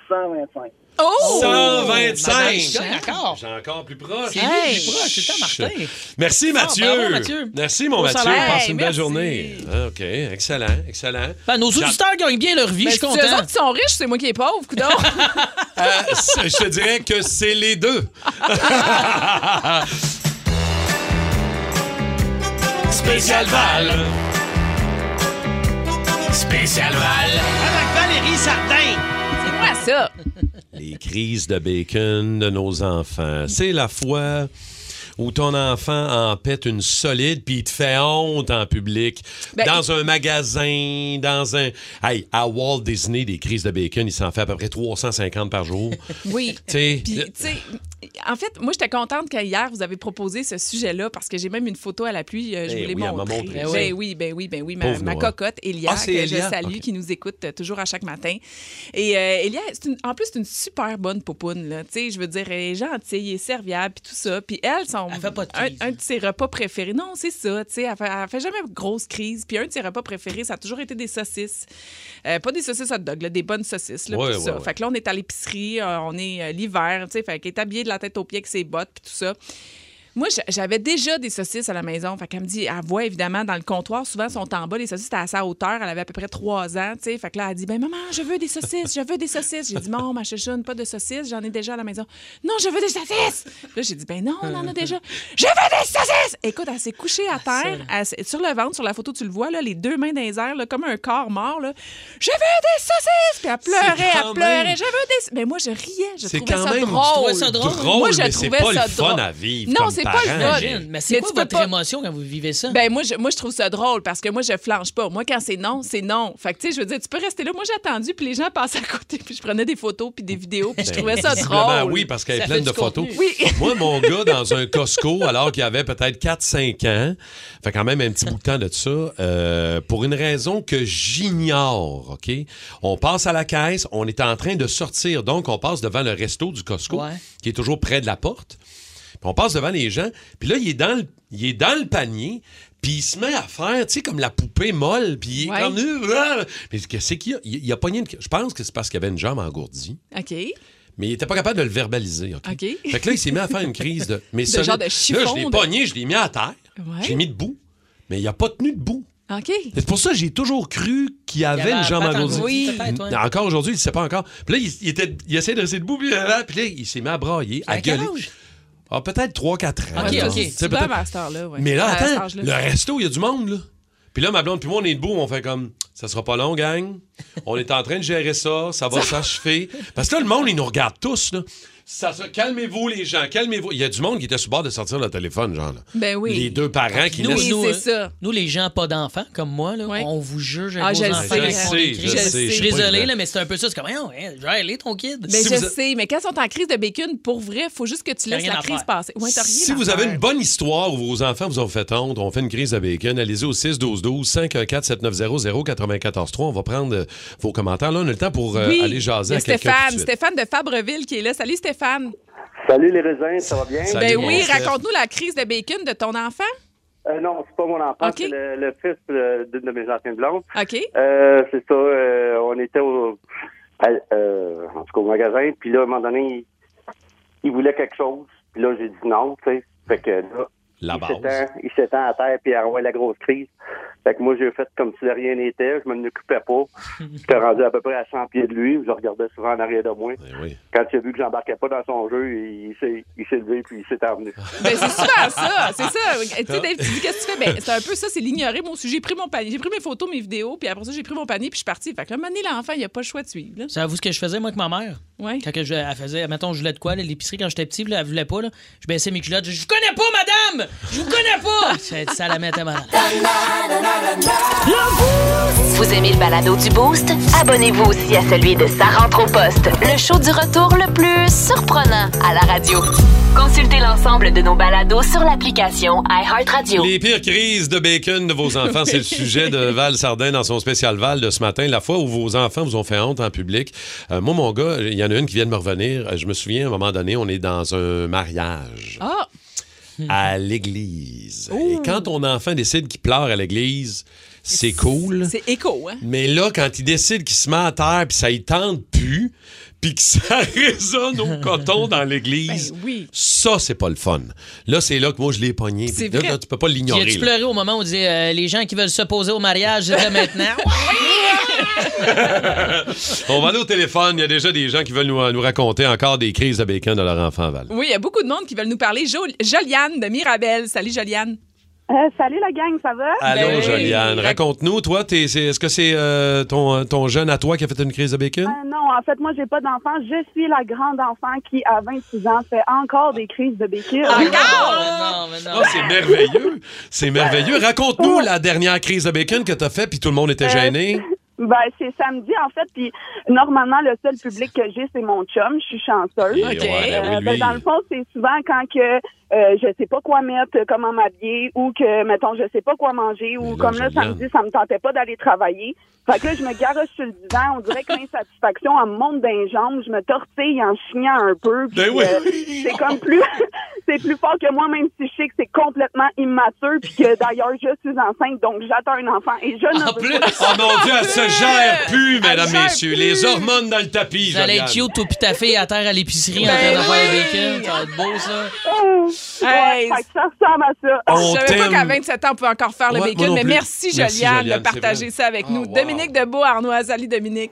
Speaker 12: 125.
Speaker 4: Oh!
Speaker 1: 125.
Speaker 3: Madame Chicotte, encore.
Speaker 1: J'ai encore plus proche.
Speaker 3: Oh, C'est
Speaker 1: Hey!
Speaker 3: lui, plus proche, c'est toi, Martin.
Speaker 1: Merci, Mathieu.
Speaker 3: Ah, bravo, Mathieu.
Speaker 1: Merci, mon
Speaker 3: Au
Speaker 1: Mathieu.
Speaker 3: salaire.
Speaker 1: Passe
Speaker 3: Hey,
Speaker 1: une belle
Speaker 3: merci.
Speaker 1: journée. Ah, OK, excellent, excellent.
Speaker 3: Ben, nos
Speaker 1: J'a-
Speaker 3: auditeurs gagnent bien leur vie,
Speaker 4: Mais
Speaker 3: je suis
Speaker 4: c'est eux
Speaker 3: content.
Speaker 4: autres qui sont riches, c'est moi qui est pauvre, coudonc.
Speaker 1: Euh, c'est- je te dirais que c'est les
Speaker 3: <laughs>
Speaker 1: deux. Spécial Val. Spécial Val.
Speaker 2: Avec Valérie Sardin.
Speaker 4: C'est quoi ça?
Speaker 1: Les crises de bacon de nos enfants. C'est la fois où ton enfant en pète une solide puis il te fait honte en public.
Speaker 4: Ben,
Speaker 1: dans un magasin, dans un... Hey, à Walt Disney, des crises de bacon, il s'en fait à peu près 350 par jour.
Speaker 4: <laughs> Oui.
Speaker 1: <laughs> Tu sais,
Speaker 4: Puis, tu sais, en fait, moi, j'étais contente qu'hier, vous avez proposé ce sujet-là parce que j'ai même une photo à la pluie. euh, Je
Speaker 1: Eh
Speaker 4: voulais
Speaker 1: oui, elle m'a
Speaker 4: montrer.
Speaker 1: montré
Speaker 4: Ben
Speaker 1: ça.
Speaker 4: oui, oui, ben oui, ben oui. Ma,
Speaker 1: Pauvre
Speaker 4: ma
Speaker 1: Noah.
Speaker 4: cocotte, Elia,
Speaker 1: Ah, c'est
Speaker 4: que
Speaker 1: Elia.
Speaker 4: je salue, qui nous écoute euh, toujours à chaque matin. Et euh, Elia, c'est une- en plus, c'est une super bonne popoune. là. Tu sais, je veux dire, elle est gentille, elle est serviable, puis tout ça. Puis elle, son, un, un de ses repas préférés. Non, c'est ça. Tu sais, elle, fait- elle fait jamais grosse crise. Puis un de ses repas préférés, ça a toujours été des saucisses. Euh, pas des saucisses hot dog, là, des bonnes saucisses. Là,
Speaker 1: Ouais,
Speaker 4: puis tout ça.
Speaker 1: ouais, ouais.
Speaker 4: Fait que là, on est à l'épicerie, euh, on est euh, l'hiver, tu sais, fait qu'elle est habillée de la tête aux pieds avec ses bottes, puis tout ça. Moi, j'a- j'avais déjà des saucisses à la maison. Fait qu'elle me dit, elle voit évidemment dans le comptoir, souvent sont en bas, les saucisses étaient à sa hauteur. Elle avait à peu près trois ans, tu sais. Fait que là, elle dit, ben maman, je veux des saucisses, je veux des saucisses. J'ai dit, non, ma chouchoune, pas de saucisses, j'en ai déjà à la maison. Non, je veux des saucisses! Puis là, j'ai dit, ben non, on en a déjà. Je veux des saucisses! Écoute, elle s'est couchée à terre, elle s'est- sur le ventre, sur la photo, tu le vois, là, les deux mains dans les airs, là, comme un corps mort, là. Je veux des saucisses! Puis elle pleurait,
Speaker 1: C'est quand
Speaker 4: elle pleurait,
Speaker 1: même-
Speaker 4: je veux des. Mais moi, je riais, je
Speaker 1: C'est
Speaker 4: trouvais
Speaker 1: quand
Speaker 4: ça
Speaker 1: même- tu
Speaker 4: drôle.
Speaker 1: trouvais ça drôle?
Speaker 4: Moi, je
Speaker 1: mais c'est
Speaker 4: trouvais
Speaker 1: pas
Speaker 4: ça
Speaker 1: le fun
Speaker 4: drôle.
Speaker 1: à vivre
Speaker 4: Non,
Speaker 1: comme
Speaker 4: c'est pas
Speaker 1: parent,
Speaker 4: le fun.
Speaker 1: j'imagine.
Speaker 3: Mais c'est quoi
Speaker 4: tu peux
Speaker 3: votre émotion quand vous vivez ça?
Speaker 4: ben moi je, moi, je trouve ça drôle parce que moi, je flanche pas. Moi, quand c'est non, c'est non. Fait que, tu sais, je veux dire, tu peux rester là. Moi, j'ai attendu, puis les gens passaient à côté, puis je prenais des photos, puis des vidéos, puis je
Speaker 1: Ben,
Speaker 4: trouvais ça
Speaker 1: visiblement,
Speaker 4: drôle.
Speaker 1: Oui, parce qu'elle est
Speaker 4: Ça
Speaker 1: pleine
Speaker 4: fait
Speaker 1: de
Speaker 4: du
Speaker 1: photos.
Speaker 4: contenu. Oui.
Speaker 1: <laughs> Moi, mon gars, dans un Costco, alors qu'il avait peut-être 4-5 ans, fait quand même un petit bout de temps de ça, euh, pour une raison que j'ignore, OK? On passe à la caisse, on est en train de sortir, donc on passe devant le resto du Costco,
Speaker 3: Ouais.
Speaker 1: qui est toujours près de la porte. Puis on passe devant les gens, puis là, il est dans le, il est dans le panier, puis il se met à faire, tu sais, comme la poupée molle, puis il est
Speaker 4: Ouais.
Speaker 1: comme... euh, Mais qu'est-ce qu'il y a? Il, il a pogné une- Je pense que c'est parce qu'il avait une jambe engourdie.
Speaker 4: OK.
Speaker 1: Mais il était pas capable de le verbaliser. OK?
Speaker 4: OK.
Speaker 1: Fait que là, il s'est mis à faire une crise de.
Speaker 4: <laughs>
Speaker 1: Mais
Speaker 4: De
Speaker 1: solide.
Speaker 4: genre de chiffon
Speaker 1: Là, je l'ai
Speaker 4: de-
Speaker 1: pogné, je l'ai mis à terre.
Speaker 4: Ouais.
Speaker 1: Je l'ai mis debout. Mais il a pas tenu debout.
Speaker 4: OK.
Speaker 1: C'est pour ça que j'ai toujours cru qu'il avait,
Speaker 4: avait
Speaker 1: une jambe
Speaker 4: la patte
Speaker 1: engourdie.
Speaker 4: engourdie, peut-être, ouais.
Speaker 1: Encore aujourd'hui, il ne sait pas encore. Puis là, il, il était, il essayait de rester debout, puis là, puis là, il s'est mis à brailler, à,
Speaker 4: À quel
Speaker 1: gueuler.
Speaker 4: âge?
Speaker 1: Ah, peut-être 3-4 ans.
Speaker 4: OK,
Speaker 1: genre.
Speaker 4: OK.
Speaker 1: Tu sais,
Speaker 4: C'est
Speaker 1: ben, peut-être-
Speaker 4: pas euh, à cette heure-là, ouais.
Speaker 1: Mais là,
Speaker 4: À cet
Speaker 1: attends,
Speaker 4: âge-là.
Speaker 1: le resto, il y a du monde, là. Puis là, ma blonde, puis moi, on est debout, on fait comme ça sera pas long, gang. On est en train de gérer ça. Ça va s'achever. Parce que là, le monde, il nous regarde tous. Là. Ça se... Calmez-vous, les gens. Calmez-vous. Il y a du monde qui était sur le bord de sortir le téléphone, genre. là.
Speaker 4: Ben oui.
Speaker 1: Les deux parents qui
Speaker 3: nous,
Speaker 1: laissent...
Speaker 3: nous, euh, nous, les gens pas d'enfants, comme moi, là, on vous juge
Speaker 4: Ah,
Speaker 3: avec
Speaker 4: je
Speaker 3: vos
Speaker 4: le
Speaker 3: enfants.
Speaker 4: sais.
Speaker 3: quand ils font des
Speaker 4: Je
Speaker 3: crises.
Speaker 4: le sais,
Speaker 3: Je suis
Speaker 4: je le sais.
Speaker 3: désolé, là, mais c'est un peu ça. C'est comme, voyons, hein, Joël, est ton kid.
Speaker 4: Mais Ben, je sais, mais quand ils sont en crise de bacon, pour vrai, faut juste que tu
Speaker 3: T'as
Speaker 4: laisses
Speaker 3: rien
Speaker 4: la
Speaker 3: à
Speaker 4: crise
Speaker 3: faire.
Speaker 4: passer. Ouais, t'as rien
Speaker 1: Si
Speaker 4: à
Speaker 1: vous avez
Speaker 4: faire.
Speaker 1: une bonne histoire où vos enfants vous ont fait honte, on fait une crise de bacon, allez-y au 612-12-514-7900-943. On va prendre euh, vos commentaires. Là, on a le temps pour euh,
Speaker 4: Oui,
Speaker 1: aller jaser
Speaker 4: il y a
Speaker 1: à quelqu'un. tout
Speaker 4: Stéphane,
Speaker 1: de suite.
Speaker 4: Stéphane de Fabreville qui est là. Salut Stéphane.
Speaker 9: Salut les raisins, ça va bien?
Speaker 4: ben oui, raconte-nous la crise de bacon de ton enfant.
Speaker 9: Euh, non, c'est pas mon enfant,
Speaker 4: OK.
Speaker 9: c'est le, le fils euh, d'une de mes anciennes blondes.
Speaker 4: OK.
Speaker 9: Euh, c'est ça, euh, on était au, à- euh, en tout cas au magasin, puis là, à un moment donné, il, il voulait quelque chose, puis là, j'ai dit non, tu sais. Fait que là,
Speaker 1: La
Speaker 9: il
Speaker 1: base.
Speaker 9: s'étend, il s'étend à terre, puis il a envoyé la grosse crise. Fait que moi, j'ai fait comme si de rien n'était, je m'en occupais pas. J'étais rendu à peu près à 100 pieds de lui, je le regardais souvent en arrière de moi. Quand il a vu que j'embarquais pas dans son jeu, il, s'est, il s'est levé, puis il s'est emmené.
Speaker 4: Ben, c'est super
Speaker 9: <laughs>
Speaker 4: ça, c'est ça. Tu sais, Dave, tu dis qu'est-ce que tu fais? Ben, c'est un peu ça, c'est l'ignorer. Moi aussi, j'ai pris mon panier, j'ai pris mes photos, mes vidéos, puis après ça, j'ai pris mon panier, puis je suis partie. Fait que là, un moment donné, l'enfant, il a pas le choix de suivre. là.
Speaker 3: Savez-vous ce que je faisais, moi, avec ma mère?
Speaker 4: Ouais.
Speaker 3: Quand que je, elle faisait, mettons, je voulais de quoi, là, l'épicerie, quand j'étais petit, là, elle voulait pas, là. Je baissais mes culottes, je dis, je vous connais pas, madame! Je vous connais
Speaker 13: <laughs>
Speaker 3: pas! ça, ça la mettait malade.
Speaker 8: Vous aimez le balado du Boost? Abonnez-vous aussi à celui de Sa rentre au poste, le show du retour le plus surprenant à la radio. Consultez l'ensemble de nos balados sur l'application iHeartRadio.
Speaker 1: Les pires crises de bacon de vos enfants,
Speaker 3: <laughs>
Speaker 1: c'est le sujet de Val Sardin dans son spécial Val de ce matin. La fois où vos enfants vous ont fait honte en public. Euh, moi, mon gars, il y en a une qui vient de me revenir. Euh, Je me souviens, à un moment donné, on est dans un mariage
Speaker 4: Ah!
Speaker 1: à l'église. Et quand ton enfant décide qu'il pleure à l'église, c'est cool.
Speaker 4: C'est écho, hein?
Speaker 1: Mais là, quand il décide qu'il se met à terre, puis ça y tente plus, puis que ça <laughs> résonne au coton dans l'église,
Speaker 3: Ben
Speaker 1: ça, c'est pas le fun. Là, c'est là que moi, je l'ai pogné. Puis
Speaker 3: C'est
Speaker 1: là,
Speaker 3: vrai.
Speaker 1: là, tu peux pas
Speaker 3: Puis
Speaker 1: l'ignorer.
Speaker 3: as-tu
Speaker 1: là.
Speaker 3: pleuré au moment où on disait euh, les gens qui veulent s'opposer au mariage, c'est là maintenant? <laughs>
Speaker 1: On va aller au téléphone. Il y a déjà des gens qui veulent nous, nous raconter encore des crises de bacon de leur enfant, Val.
Speaker 4: Oui, il y a beaucoup de monde qui veulent nous parler. Jo- Joliane de Mirabel. Salut, Joliane.
Speaker 13: salut, la gang, ça
Speaker 3: Ah,
Speaker 13: va?
Speaker 1: Allô,
Speaker 4: Ben oui.
Speaker 1: Joliane. Raconte-nous, toi, t'es- c'est- est-ce que c'est euh, ton, ton jeune à toi qui a fait une crise de bacon?
Speaker 13: Euh, non, en fait, moi, j'ai pas d'enfant. Je suis la grande enfant qui, à 26 ans, fait encore des crises de béquille.
Speaker 3: Ah! Encore? Non, mais non.
Speaker 1: Ah, c'est merveilleux. C'est merveilleux. Raconte-nous la dernière crise de bacon que t'as fait, puis tout le monde
Speaker 3: Euh.
Speaker 1: était gêné.
Speaker 13: Ben, c'est samedi, en fait, puis normalement, le seul public que j'ai, c'est mon chum. Je suis chanceuse.
Speaker 14: Et ouais, ben oui,
Speaker 13: Euh, ben,
Speaker 14: lui.
Speaker 13: dans le fond, c'est souvent quand que euh, je sais pas quoi mettre, comment m'habiller, ou que, mettons, je sais pas quoi manger,
Speaker 14: Ben
Speaker 13: ou comme là,
Speaker 14: Josiane.
Speaker 13: samedi, ça me tentait pas d'aller travailler. Fait que là, je me garoche sur le divan, on dirait que l'insatisfaction, elle me monte dans les jambes, je me tortille en chignant un peu. puis, euh,
Speaker 14: Ben oui.
Speaker 13: c'est comme plus, <laughs> c'est plus fort que moi, même si je sais que c'est complètement immature, puis que d'ailleurs, je suis enceinte, donc j'attends un enfant, et je ne
Speaker 1: Oh
Speaker 13: veux pas-
Speaker 1: mon Dieu, elle se gère plus, mesdames,
Speaker 13: gère
Speaker 1: messieurs. Les hormones dans le tapis,
Speaker 3: Vous allez
Speaker 1: Joliane.
Speaker 3: être cute, toi, puis ta fille à terre à l'épicerie en
Speaker 13: Ben
Speaker 3: train de
Speaker 13: oui!
Speaker 3: faire des bacon. Ça va être beau, ça.
Speaker 13: Ouais, fait que ça ressemble à ça.
Speaker 3: On
Speaker 4: je savais pas
Speaker 3: t'aime.
Speaker 4: qu'à 27 ans, on pouvait encore faire le
Speaker 13: Ouais, moi
Speaker 4: bacon,
Speaker 13: non
Speaker 4: mais
Speaker 13: plus.
Speaker 4: merci,
Speaker 13: Merci,
Speaker 4: Joliane,
Speaker 13: Joliane,
Speaker 4: de
Speaker 13: c'est
Speaker 4: partager ça avec nous. Dominique Debeau, Arnois, salut Dominique.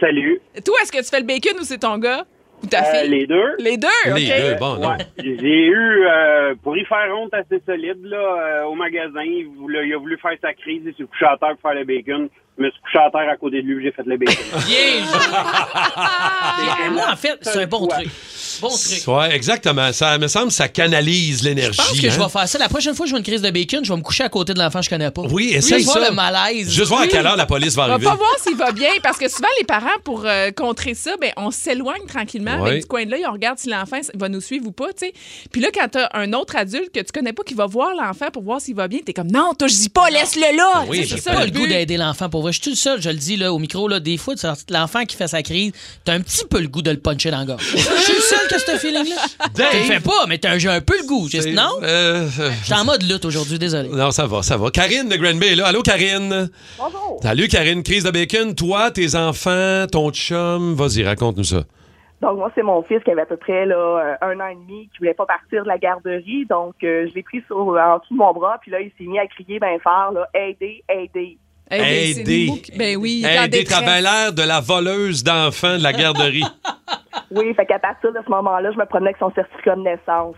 Speaker 12: Salut.
Speaker 4: Toi, est-ce que tu fais le bacon ou c'est ton gars? Ou ta
Speaker 12: Euh,
Speaker 4: fille?
Speaker 12: les deux.
Speaker 4: Les deux, OK.
Speaker 1: Oh,
Speaker 12: Ouais. J'ai eu, euh, pour y faire honte assez solide, là, euh, au magasin, il, voulait- il a voulu faire sa crise, il s'est couché à terre pour faire le bacon. Je me suis couché à terre à côté de lui, j'ai fait le bacon.
Speaker 13: <laughs>
Speaker 3: Bien! Ben, Moi, en fait, c'est un bon truc. Bon truc.
Speaker 1: Ouais, exactement. Ça me semble que ça canalise l'énergie.
Speaker 3: Je pense que je
Speaker 1: hein.
Speaker 3: vais faire ça. La prochaine fois que je vais une crise de bacon, je vais me coucher à côté de l'enfant que je connais pas.
Speaker 1: Oui,
Speaker 3: Juste
Speaker 1: essaye
Speaker 3: voir
Speaker 1: ça.
Speaker 3: le malaise.
Speaker 1: Juste voir à quelle heure la police va
Speaker 4: On va
Speaker 1: arriver.
Speaker 4: pas voir s'il va bien, parce que souvent, les parents, pour euh, contrer ça, ben, on s'éloigne tranquillement
Speaker 1: Ouais.
Speaker 4: avec du coin de l'œil, on regarde si l'enfant va nous suivre ou pas, tu sais. Puis là, quand t'as un autre adulte que tu connais pas qui va voir l'enfant pour voir s'il va bien, t'es comme, non, toi, je dis pas, laisse-le là! Tu
Speaker 3: Oui,
Speaker 4: sais,
Speaker 3: j'ai
Speaker 4: c'est ça,
Speaker 3: pas le
Speaker 4: but.
Speaker 3: goût d'aider l'enfant. Pour vrai, je suis tout seul, je le dis là, au micro, là, des fois, tu sens- l'enfant qui fait sa crise, t'as un petit peu le goût de le puncher dans le gorge. Je suis le seul qui a ce feeling-là. Tu
Speaker 1: <laughs> Dave!
Speaker 3: le fais pas, mais t'as un, j'ai un peu le goût. J'ai dit, non?
Speaker 1: Euh, euh,
Speaker 3: Je suis en mode lutte aujourd'hui, désolé.
Speaker 1: non, ça va, ça va. Karine de Granby est là. Allô, Karine?
Speaker 15: Bonjour.
Speaker 1: Salut, Karine. Crise de bacon. Toi, tes enfants, ton chum. Vas-y, raconte-nous ça.
Speaker 15: Donc, moi, c'est mon fils qui avait à peu près là, euh, un an et demi, qui voulait pas partir de la garderie. Donc, euh, je l'ai pris sur, euh, en dessous de mon bras. Puis là, il s'est mis à crier bien fort, là, aidez, aidez.
Speaker 4: Aider, c'est le mot qui- Ben oui, il est en
Speaker 1: Aider
Speaker 4: détresse.
Speaker 1: Travelaire de la voleuse d'enfants de la garderie.
Speaker 15: Oui, fait qu'à partir de ce moment-là, je me prenais avec son certificat de naissance.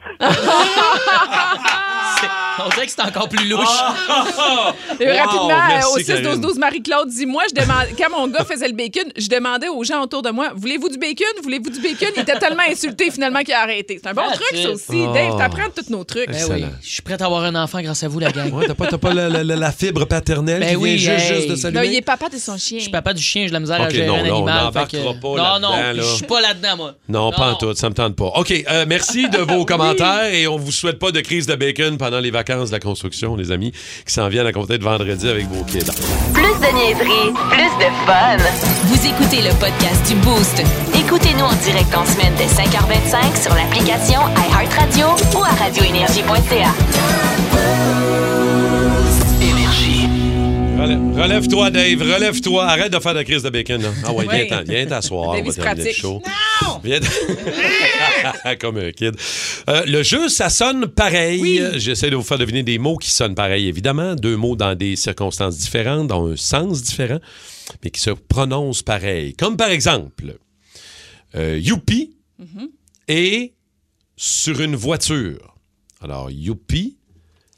Speaker 3: On dirait que c'est encore plus louche.
Speaker 4: <laughs> Et rapidement, euh, au 6-12-12, Marie-Claude dit Moi, je demande, quand mon gars faisait le bacon, je demandais aux gens autour de moi Voulez-vous du bacon Voulez-vous du bacon Il était tellement insulté finalement qu'il a arrêté. C'est un bon
Speaker 3: Ah,
Speaker 4: truc,
Speaker 3: tu-
Speaker 4: ça aussi.
Speaker 1: Oh.
Speaker 4: Dave, t'apprends tous nos trucs.
Speaker 3: Ben oui, je suis prêt à avoir un enfant grâce à vous, la gang.
Speaker 1: Ouais, t'as pas, t'as pas la, la- la- la fibre paternelle
Speaker 3: Ben
Speaker 1: qui
Speaker 3: oui,
Speaker 1: vient juste,
Speaker 3: hey.
Speaker 1: juste de s'allumer?
Speaker 4: Non, Euh, il est papa de son chien.
Speaker 3: Je suis papa du chien, j'ai de la misère à
Speaker 1: Ok,
Speaker 3: gérer
Speaker 1: non,
Speaker 3: un
Speaker 1: non, on
Speaker 3: animal.
Speaker 1: n'embarquera
Speaker 3: fait que-
Speaker 1: pas
Speaker 3: non,
Speaker 1: là-dedans,
Speaker 3: non,
Speaker 1: là.
Speaker 3: je suis pas là-dedans, moi.
Speaker 1: Non, pas en tout, ça me tente pas. OK, euh, merci
Speaker 4: <laughs>
Speaker 1: de vos commentaires et on vous souhaite pas de crise de bacon pendant les vacances de la construction, les amis, qui s'en viennent à compter de vendredi avec vos kids.
Speaker 8: Plus de niaiserie, plus de fun. Vous écoutez le podcast du Boost. Écoutez-nous en direct en semaine dès 5h25 sur l'application iHeartRadio ou à radioénergie.ca.
Speaker 1: Relève- Relève-toi, Dave, relève-toi. Arrête de faire de la crise de bacon. là. Ah ouais,
Speaker 10: Oui.
Speaker 1: viens, t'en- viens t'asseoir.
Speaker 10: Dave,
Speaker 1: on va
Speaker 10: il se
Speaker 1: terminer le
Speaker 10: pratique.
Speaker 1: show. Viens t- <laughs> Comme un kid. Euh, le jeu, ça sonne pareil. J'essaie de vous faire deviner des mots qui sonnent pareil, évidemment. Deux mots dans des circonstances différentes, dans un sens différent, mais qui se prononcent pareil. Comme par exemple, euh, youpi
Speaker 10: Mm-hmm.
Speaker 1: et sur une voiture. Alors, youpi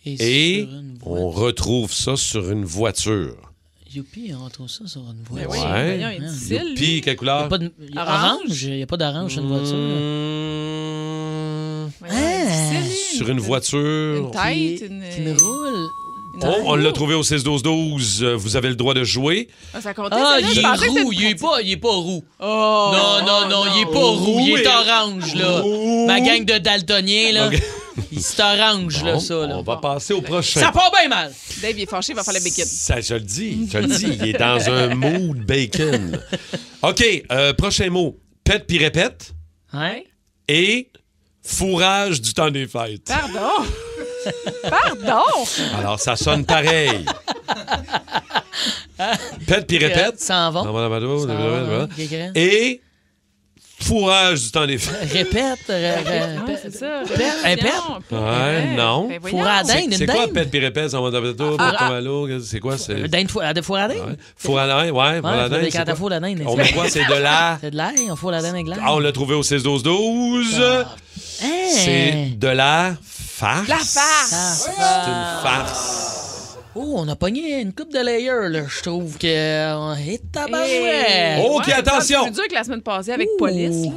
Speaker 1: et, on retrouve ça sur une voiture.
Speaker 3: Youpi, on retrouve ça sur une
Speaker 1: Ouais.
Speaker 3: voiture.
Speaker 4: voyons, il est difficile,
Speaker 1: Youpi,
Speaker 4: lui.
Speaker 1: quelle
Speaker 3: Il n'y
Speaker 1: couleur?
Speaker 3: a pas de il y a orange, Mmh. il n'y a pas d'orange sur une voiture.
Speaker 1: Hmm,
Speaker 3: Ah,
Speaker 1: Sur une voiture.
Speaker 4: Tête, une. euh,
Speaker 3: Qui me roule.
Speaker 1: On, on l'a trouvé au 6-12-12. Euh, Vous avez le droit de jouer.
Speaker 4: Ah, ça comptait,
Speaker 3: Ah,
Speaker 4: celle-là?
Speaker 3: il
Speaker 4: Je pensais que
Speaker 3: est
Speaker 4: c'était
Speaker 3: roux, il est pas, il est pas roux.
Speaker 4: Oh,
Speaker 3: non, non, non, il est pas
Speaker 1: Oh,
Speaker 3: roux, il est orange, là. Ma gang de daltoniens, là. C'est orange, là,
Speaker 1: Bon,
Speaker 3: ça, là.
Speaker 1: On va passer au prochain.
Speaker 3: Ça part bien mal.
Speaker 4: Dave, il est fâché, il va faire le <laughs> bacon.
Speaker 1: Ça, je le dis, je le dis. Il est dans
Speaker 3: <laughs>
Speaker 1: un mood bacon. OK, euh, prochain mot. Pète puis répète.
Speaker 3: Ouais.
Speaker 1: Et fourrage du temps des
Speaker 3: Ah!
Speaker 1: fêtes.
Speaker 4: Pardon. Pardon.
Speaker 1: Alors, ça sonne pareil. Pète puis répète.
Speaker 3: S'en va.
Speaker 1: Et fourrage du temps des fêtes.
Speaker 3: Répète, ré- ré-
Speaker 4: Non, c'est ça.
Speaker 3: répète.
Speaker 1: <laughs> Ouais, non.
Speaker 3: Ben voyons. Four à dinde,
Speaker 1: C'est-
Speaker 3: une
Speaker 1: C'est quoi
Speaker 3: dinde?
Speaker 1: pète puis répète? Ça va dans le tour,
Speaker 3: Ah,
Speaker 1: pas
Speaker 3: ah.
Speaker 1: mal l'eau, qu'est-ce- C'est quoi? C'est
Speaker 3: Dinde fou- à de four à dinde?
Speaker 1: four à dinde, ouais, four à
Speaker 3: Ouais,
Speaker 1: dinde,
Speaker 3: des
Speaker 1: c'est
Speaker 3: quand
Speaker 1: quoi?
Speaker 3: à four la dinde.
Speaker 1: On met quoi? C'est de la-
Speaker 3: <laughs> C'est de l'ail, on fout la dinde avec l'ail.
Speaker 1: Ah, on l'a trouvé au 6-12-12.
Speaker 3: Ah. Hein?
Speaker 1: C'est de la farce.
Speaker 3: La farce.
Speaker 1: C'est une farce.
Speaker 3: Oh, on a pogné une coupe de layers, là. Je trouve que. euh, hé, tabarouette.
Speaker 1: Hey. OK, attention.
Speaker 4: C'est plus dur que la semaine passée avec police. là.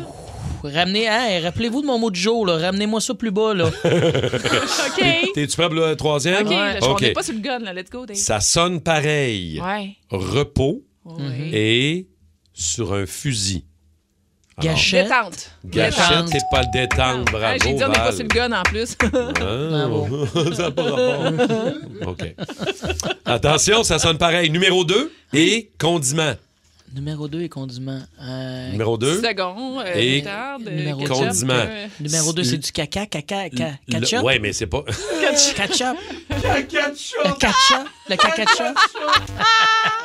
Speaker 3: Ramenez, hey, rappelez-vous de mon mot de jour, là. Ramenez-moi ça plus bas,
Speaker 1: Ah
Speaker 3: là.
Speaker 1: <laughs>
Speaker 4: OK.
Speaker 1: T'es-tu prêt pour le troisième?
Speaker 4: OK, là, je- on
Speaker 1: OK.
Speaker 4: n'est pas sur le gun, là. Let's go, Dave.
Speaker 1: Ça sonne pareil.
Speaker 4: Ouais.
Speaker 1: Repos
Speaker 4: Ouais.
Speaker 1: et sur un fusil. Alors,
Speaker 3: Gâchette.
Speaker 4: Détente.
Speaker 1: Gâchette,
Speaker 4: Détente.
Speaker 1: c'est pas détente, bravo.
Speaker 4: Ah, J'ai dit, on n'est pas
Speaker 1: Val.
Speaker 4: sur le gun en plus. <laughs>
Speaker 1: Ah, <laughs> ça n'a pas rapport. OK. Attention, ça sonne pareil. Numéro 2 et condiment.
Speaker 3: Numéro 2 et condiment. Euh,
Speaker 1: Numéro 2
Speaker 4: Second, euh,
Speaker 1: et
Speaker 4: moutarde, euh,
Speaker 3: numéro
Speaker 4: ketchup,
Speaker 1: condiment.
Speaker 4: euh,
Speaker 3: Numéro 2, c'est du caca, caca, ca-
Speaker 1: Le-
Speaker 3: ketchup.
Speaker 1: Ouais, mais c'est pas. <laughs>
Speaker 3: Ketchup.
Speaker 1: Le
Speaker 3: caca. Le caca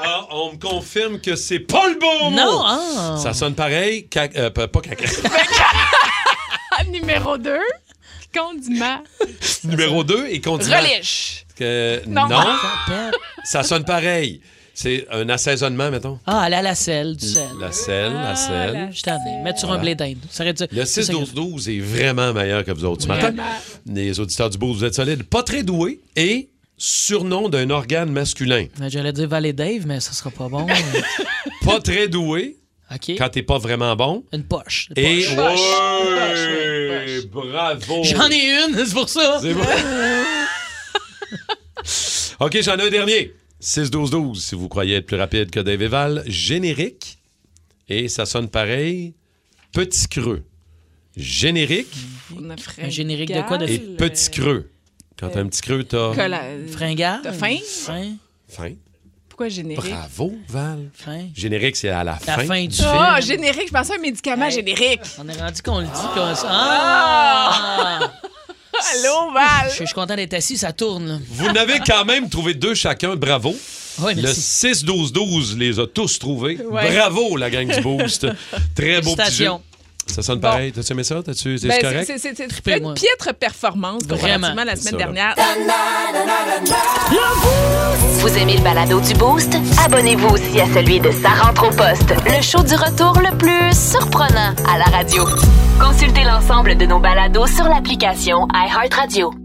Speaker 1: Ah, on me confirme que c'est pas le bon mot.
Speaker 3: Non, ah.
Speaker 1: Ça sonne pareil. ca- euh, pas pas caca.
Speaker 4: numéro 2, condiment.
Speaker 1: Numéro 2 et condiment.
Speaker 4: Relish.
Speaker 1: Que-
Speaker 4: Non.
Speaker 1: non. Ça sonne pareil. C'est un assaisonnement, mettons.
Speaker 3: Ah, elle a la selle, du sel.
Speaker 1: La selle, la selle.
Speaker 3: Je t'en ai. Mettre sur un
Speaker 1: Voilà.
Speaker 3: blé d'Inde. Ça aurait dû-
Speaker 1: Le
Speaker 3: ça, ça aurait dû-
Speaker 1: 6-12-12 est vraiment meilleur que vous autres ce matin. Les auditeurs du Bourg, vous êtes solides. Pas très doués et surnom d'un organe masculin.
Speaker 3: Mais J'allais dire Valet Dave, mais ça sera pas bon.
Speaker 1: Pas très doué
Speaker 3: OK.
Speaker 1: quand t'es pas vraiment bon.
Speaker 3: Une poche. Une
Speaker 1: Et
Speaker 3: poche.
Speaker 1: Ouais, bravo.
Speaker 3: J'en ai une, c'est pour ça.
Speaker 1: C'est bon. <laughs> OK, j'en ai un dernier. 6-12-12, si vous croyez être plus rapide que Dave et Val. Générique. Et ça sonne pareil. Petit creux. Générique
Speaker 3: Un générique de quoi de
Speaker 1: et petit creux. Quand t'as un petit creux, t'as...
Speaker 4: Colla-
Speaker 3: Fringard.
Speaker 4: T'as faim?
Speaker 3: Fin.
Speaker 1: Fin.
Speaker 4: euh, Pourquoi générique?
Speaker 1: Bravo, Val.
Speaker 3: Fin.
Speaker 1: Générique, c'est à la fin.
Speaker 3: fin du
Speaker 4: Ah, générique, je pensais à un médicament générique.
Speaker 3: On est rendu qu'on le dit comme ça. Ah!
Speaker 4: Ah! Allô, Val!
Speaker 3: Je je suis content d'être assis, ça tourne. là.
Speaker 1: Vous n'avez quand même trouvé deux chacun, bravo.
Speaker 3: Ouais,
Speaker 1: le
Speaker 3: merci.
Speaker 1: 6-12-12 les a tous trouvés.
Speaker 4: Ouais.
Speaker 1: Bravo, la gang du Boost. Très beau petit jeu.
Speaker 3: Félicitations.
Speaker 1: Ça sonne
Speaker 4: Bon.
Speaker 1: pareil. T'as-tu aimé ça? T'as-tu, c'est
Speaker 4: Ben,
Speaker 1: correct?
Speaker 4: c'est- c'est- c'est- c'est
Speaker 3: Trippez,
Speaker 4: une
Speaker 3: moi.
Speaker 4: piètre performance
Speaker 1: Vraiment.
Speaker 4: comparativement à la semaine
Speaker 1: C'est ça,
Speaker 4: dernière.
Speaker 8: Vous aimez le balado du Boost? Abonnez-vous aussi à celui de Sa rentre au poste, le show du retour le plus surprenant à la radio. Consultez l'ensemble de nos balados sur l'application iHeartRadio.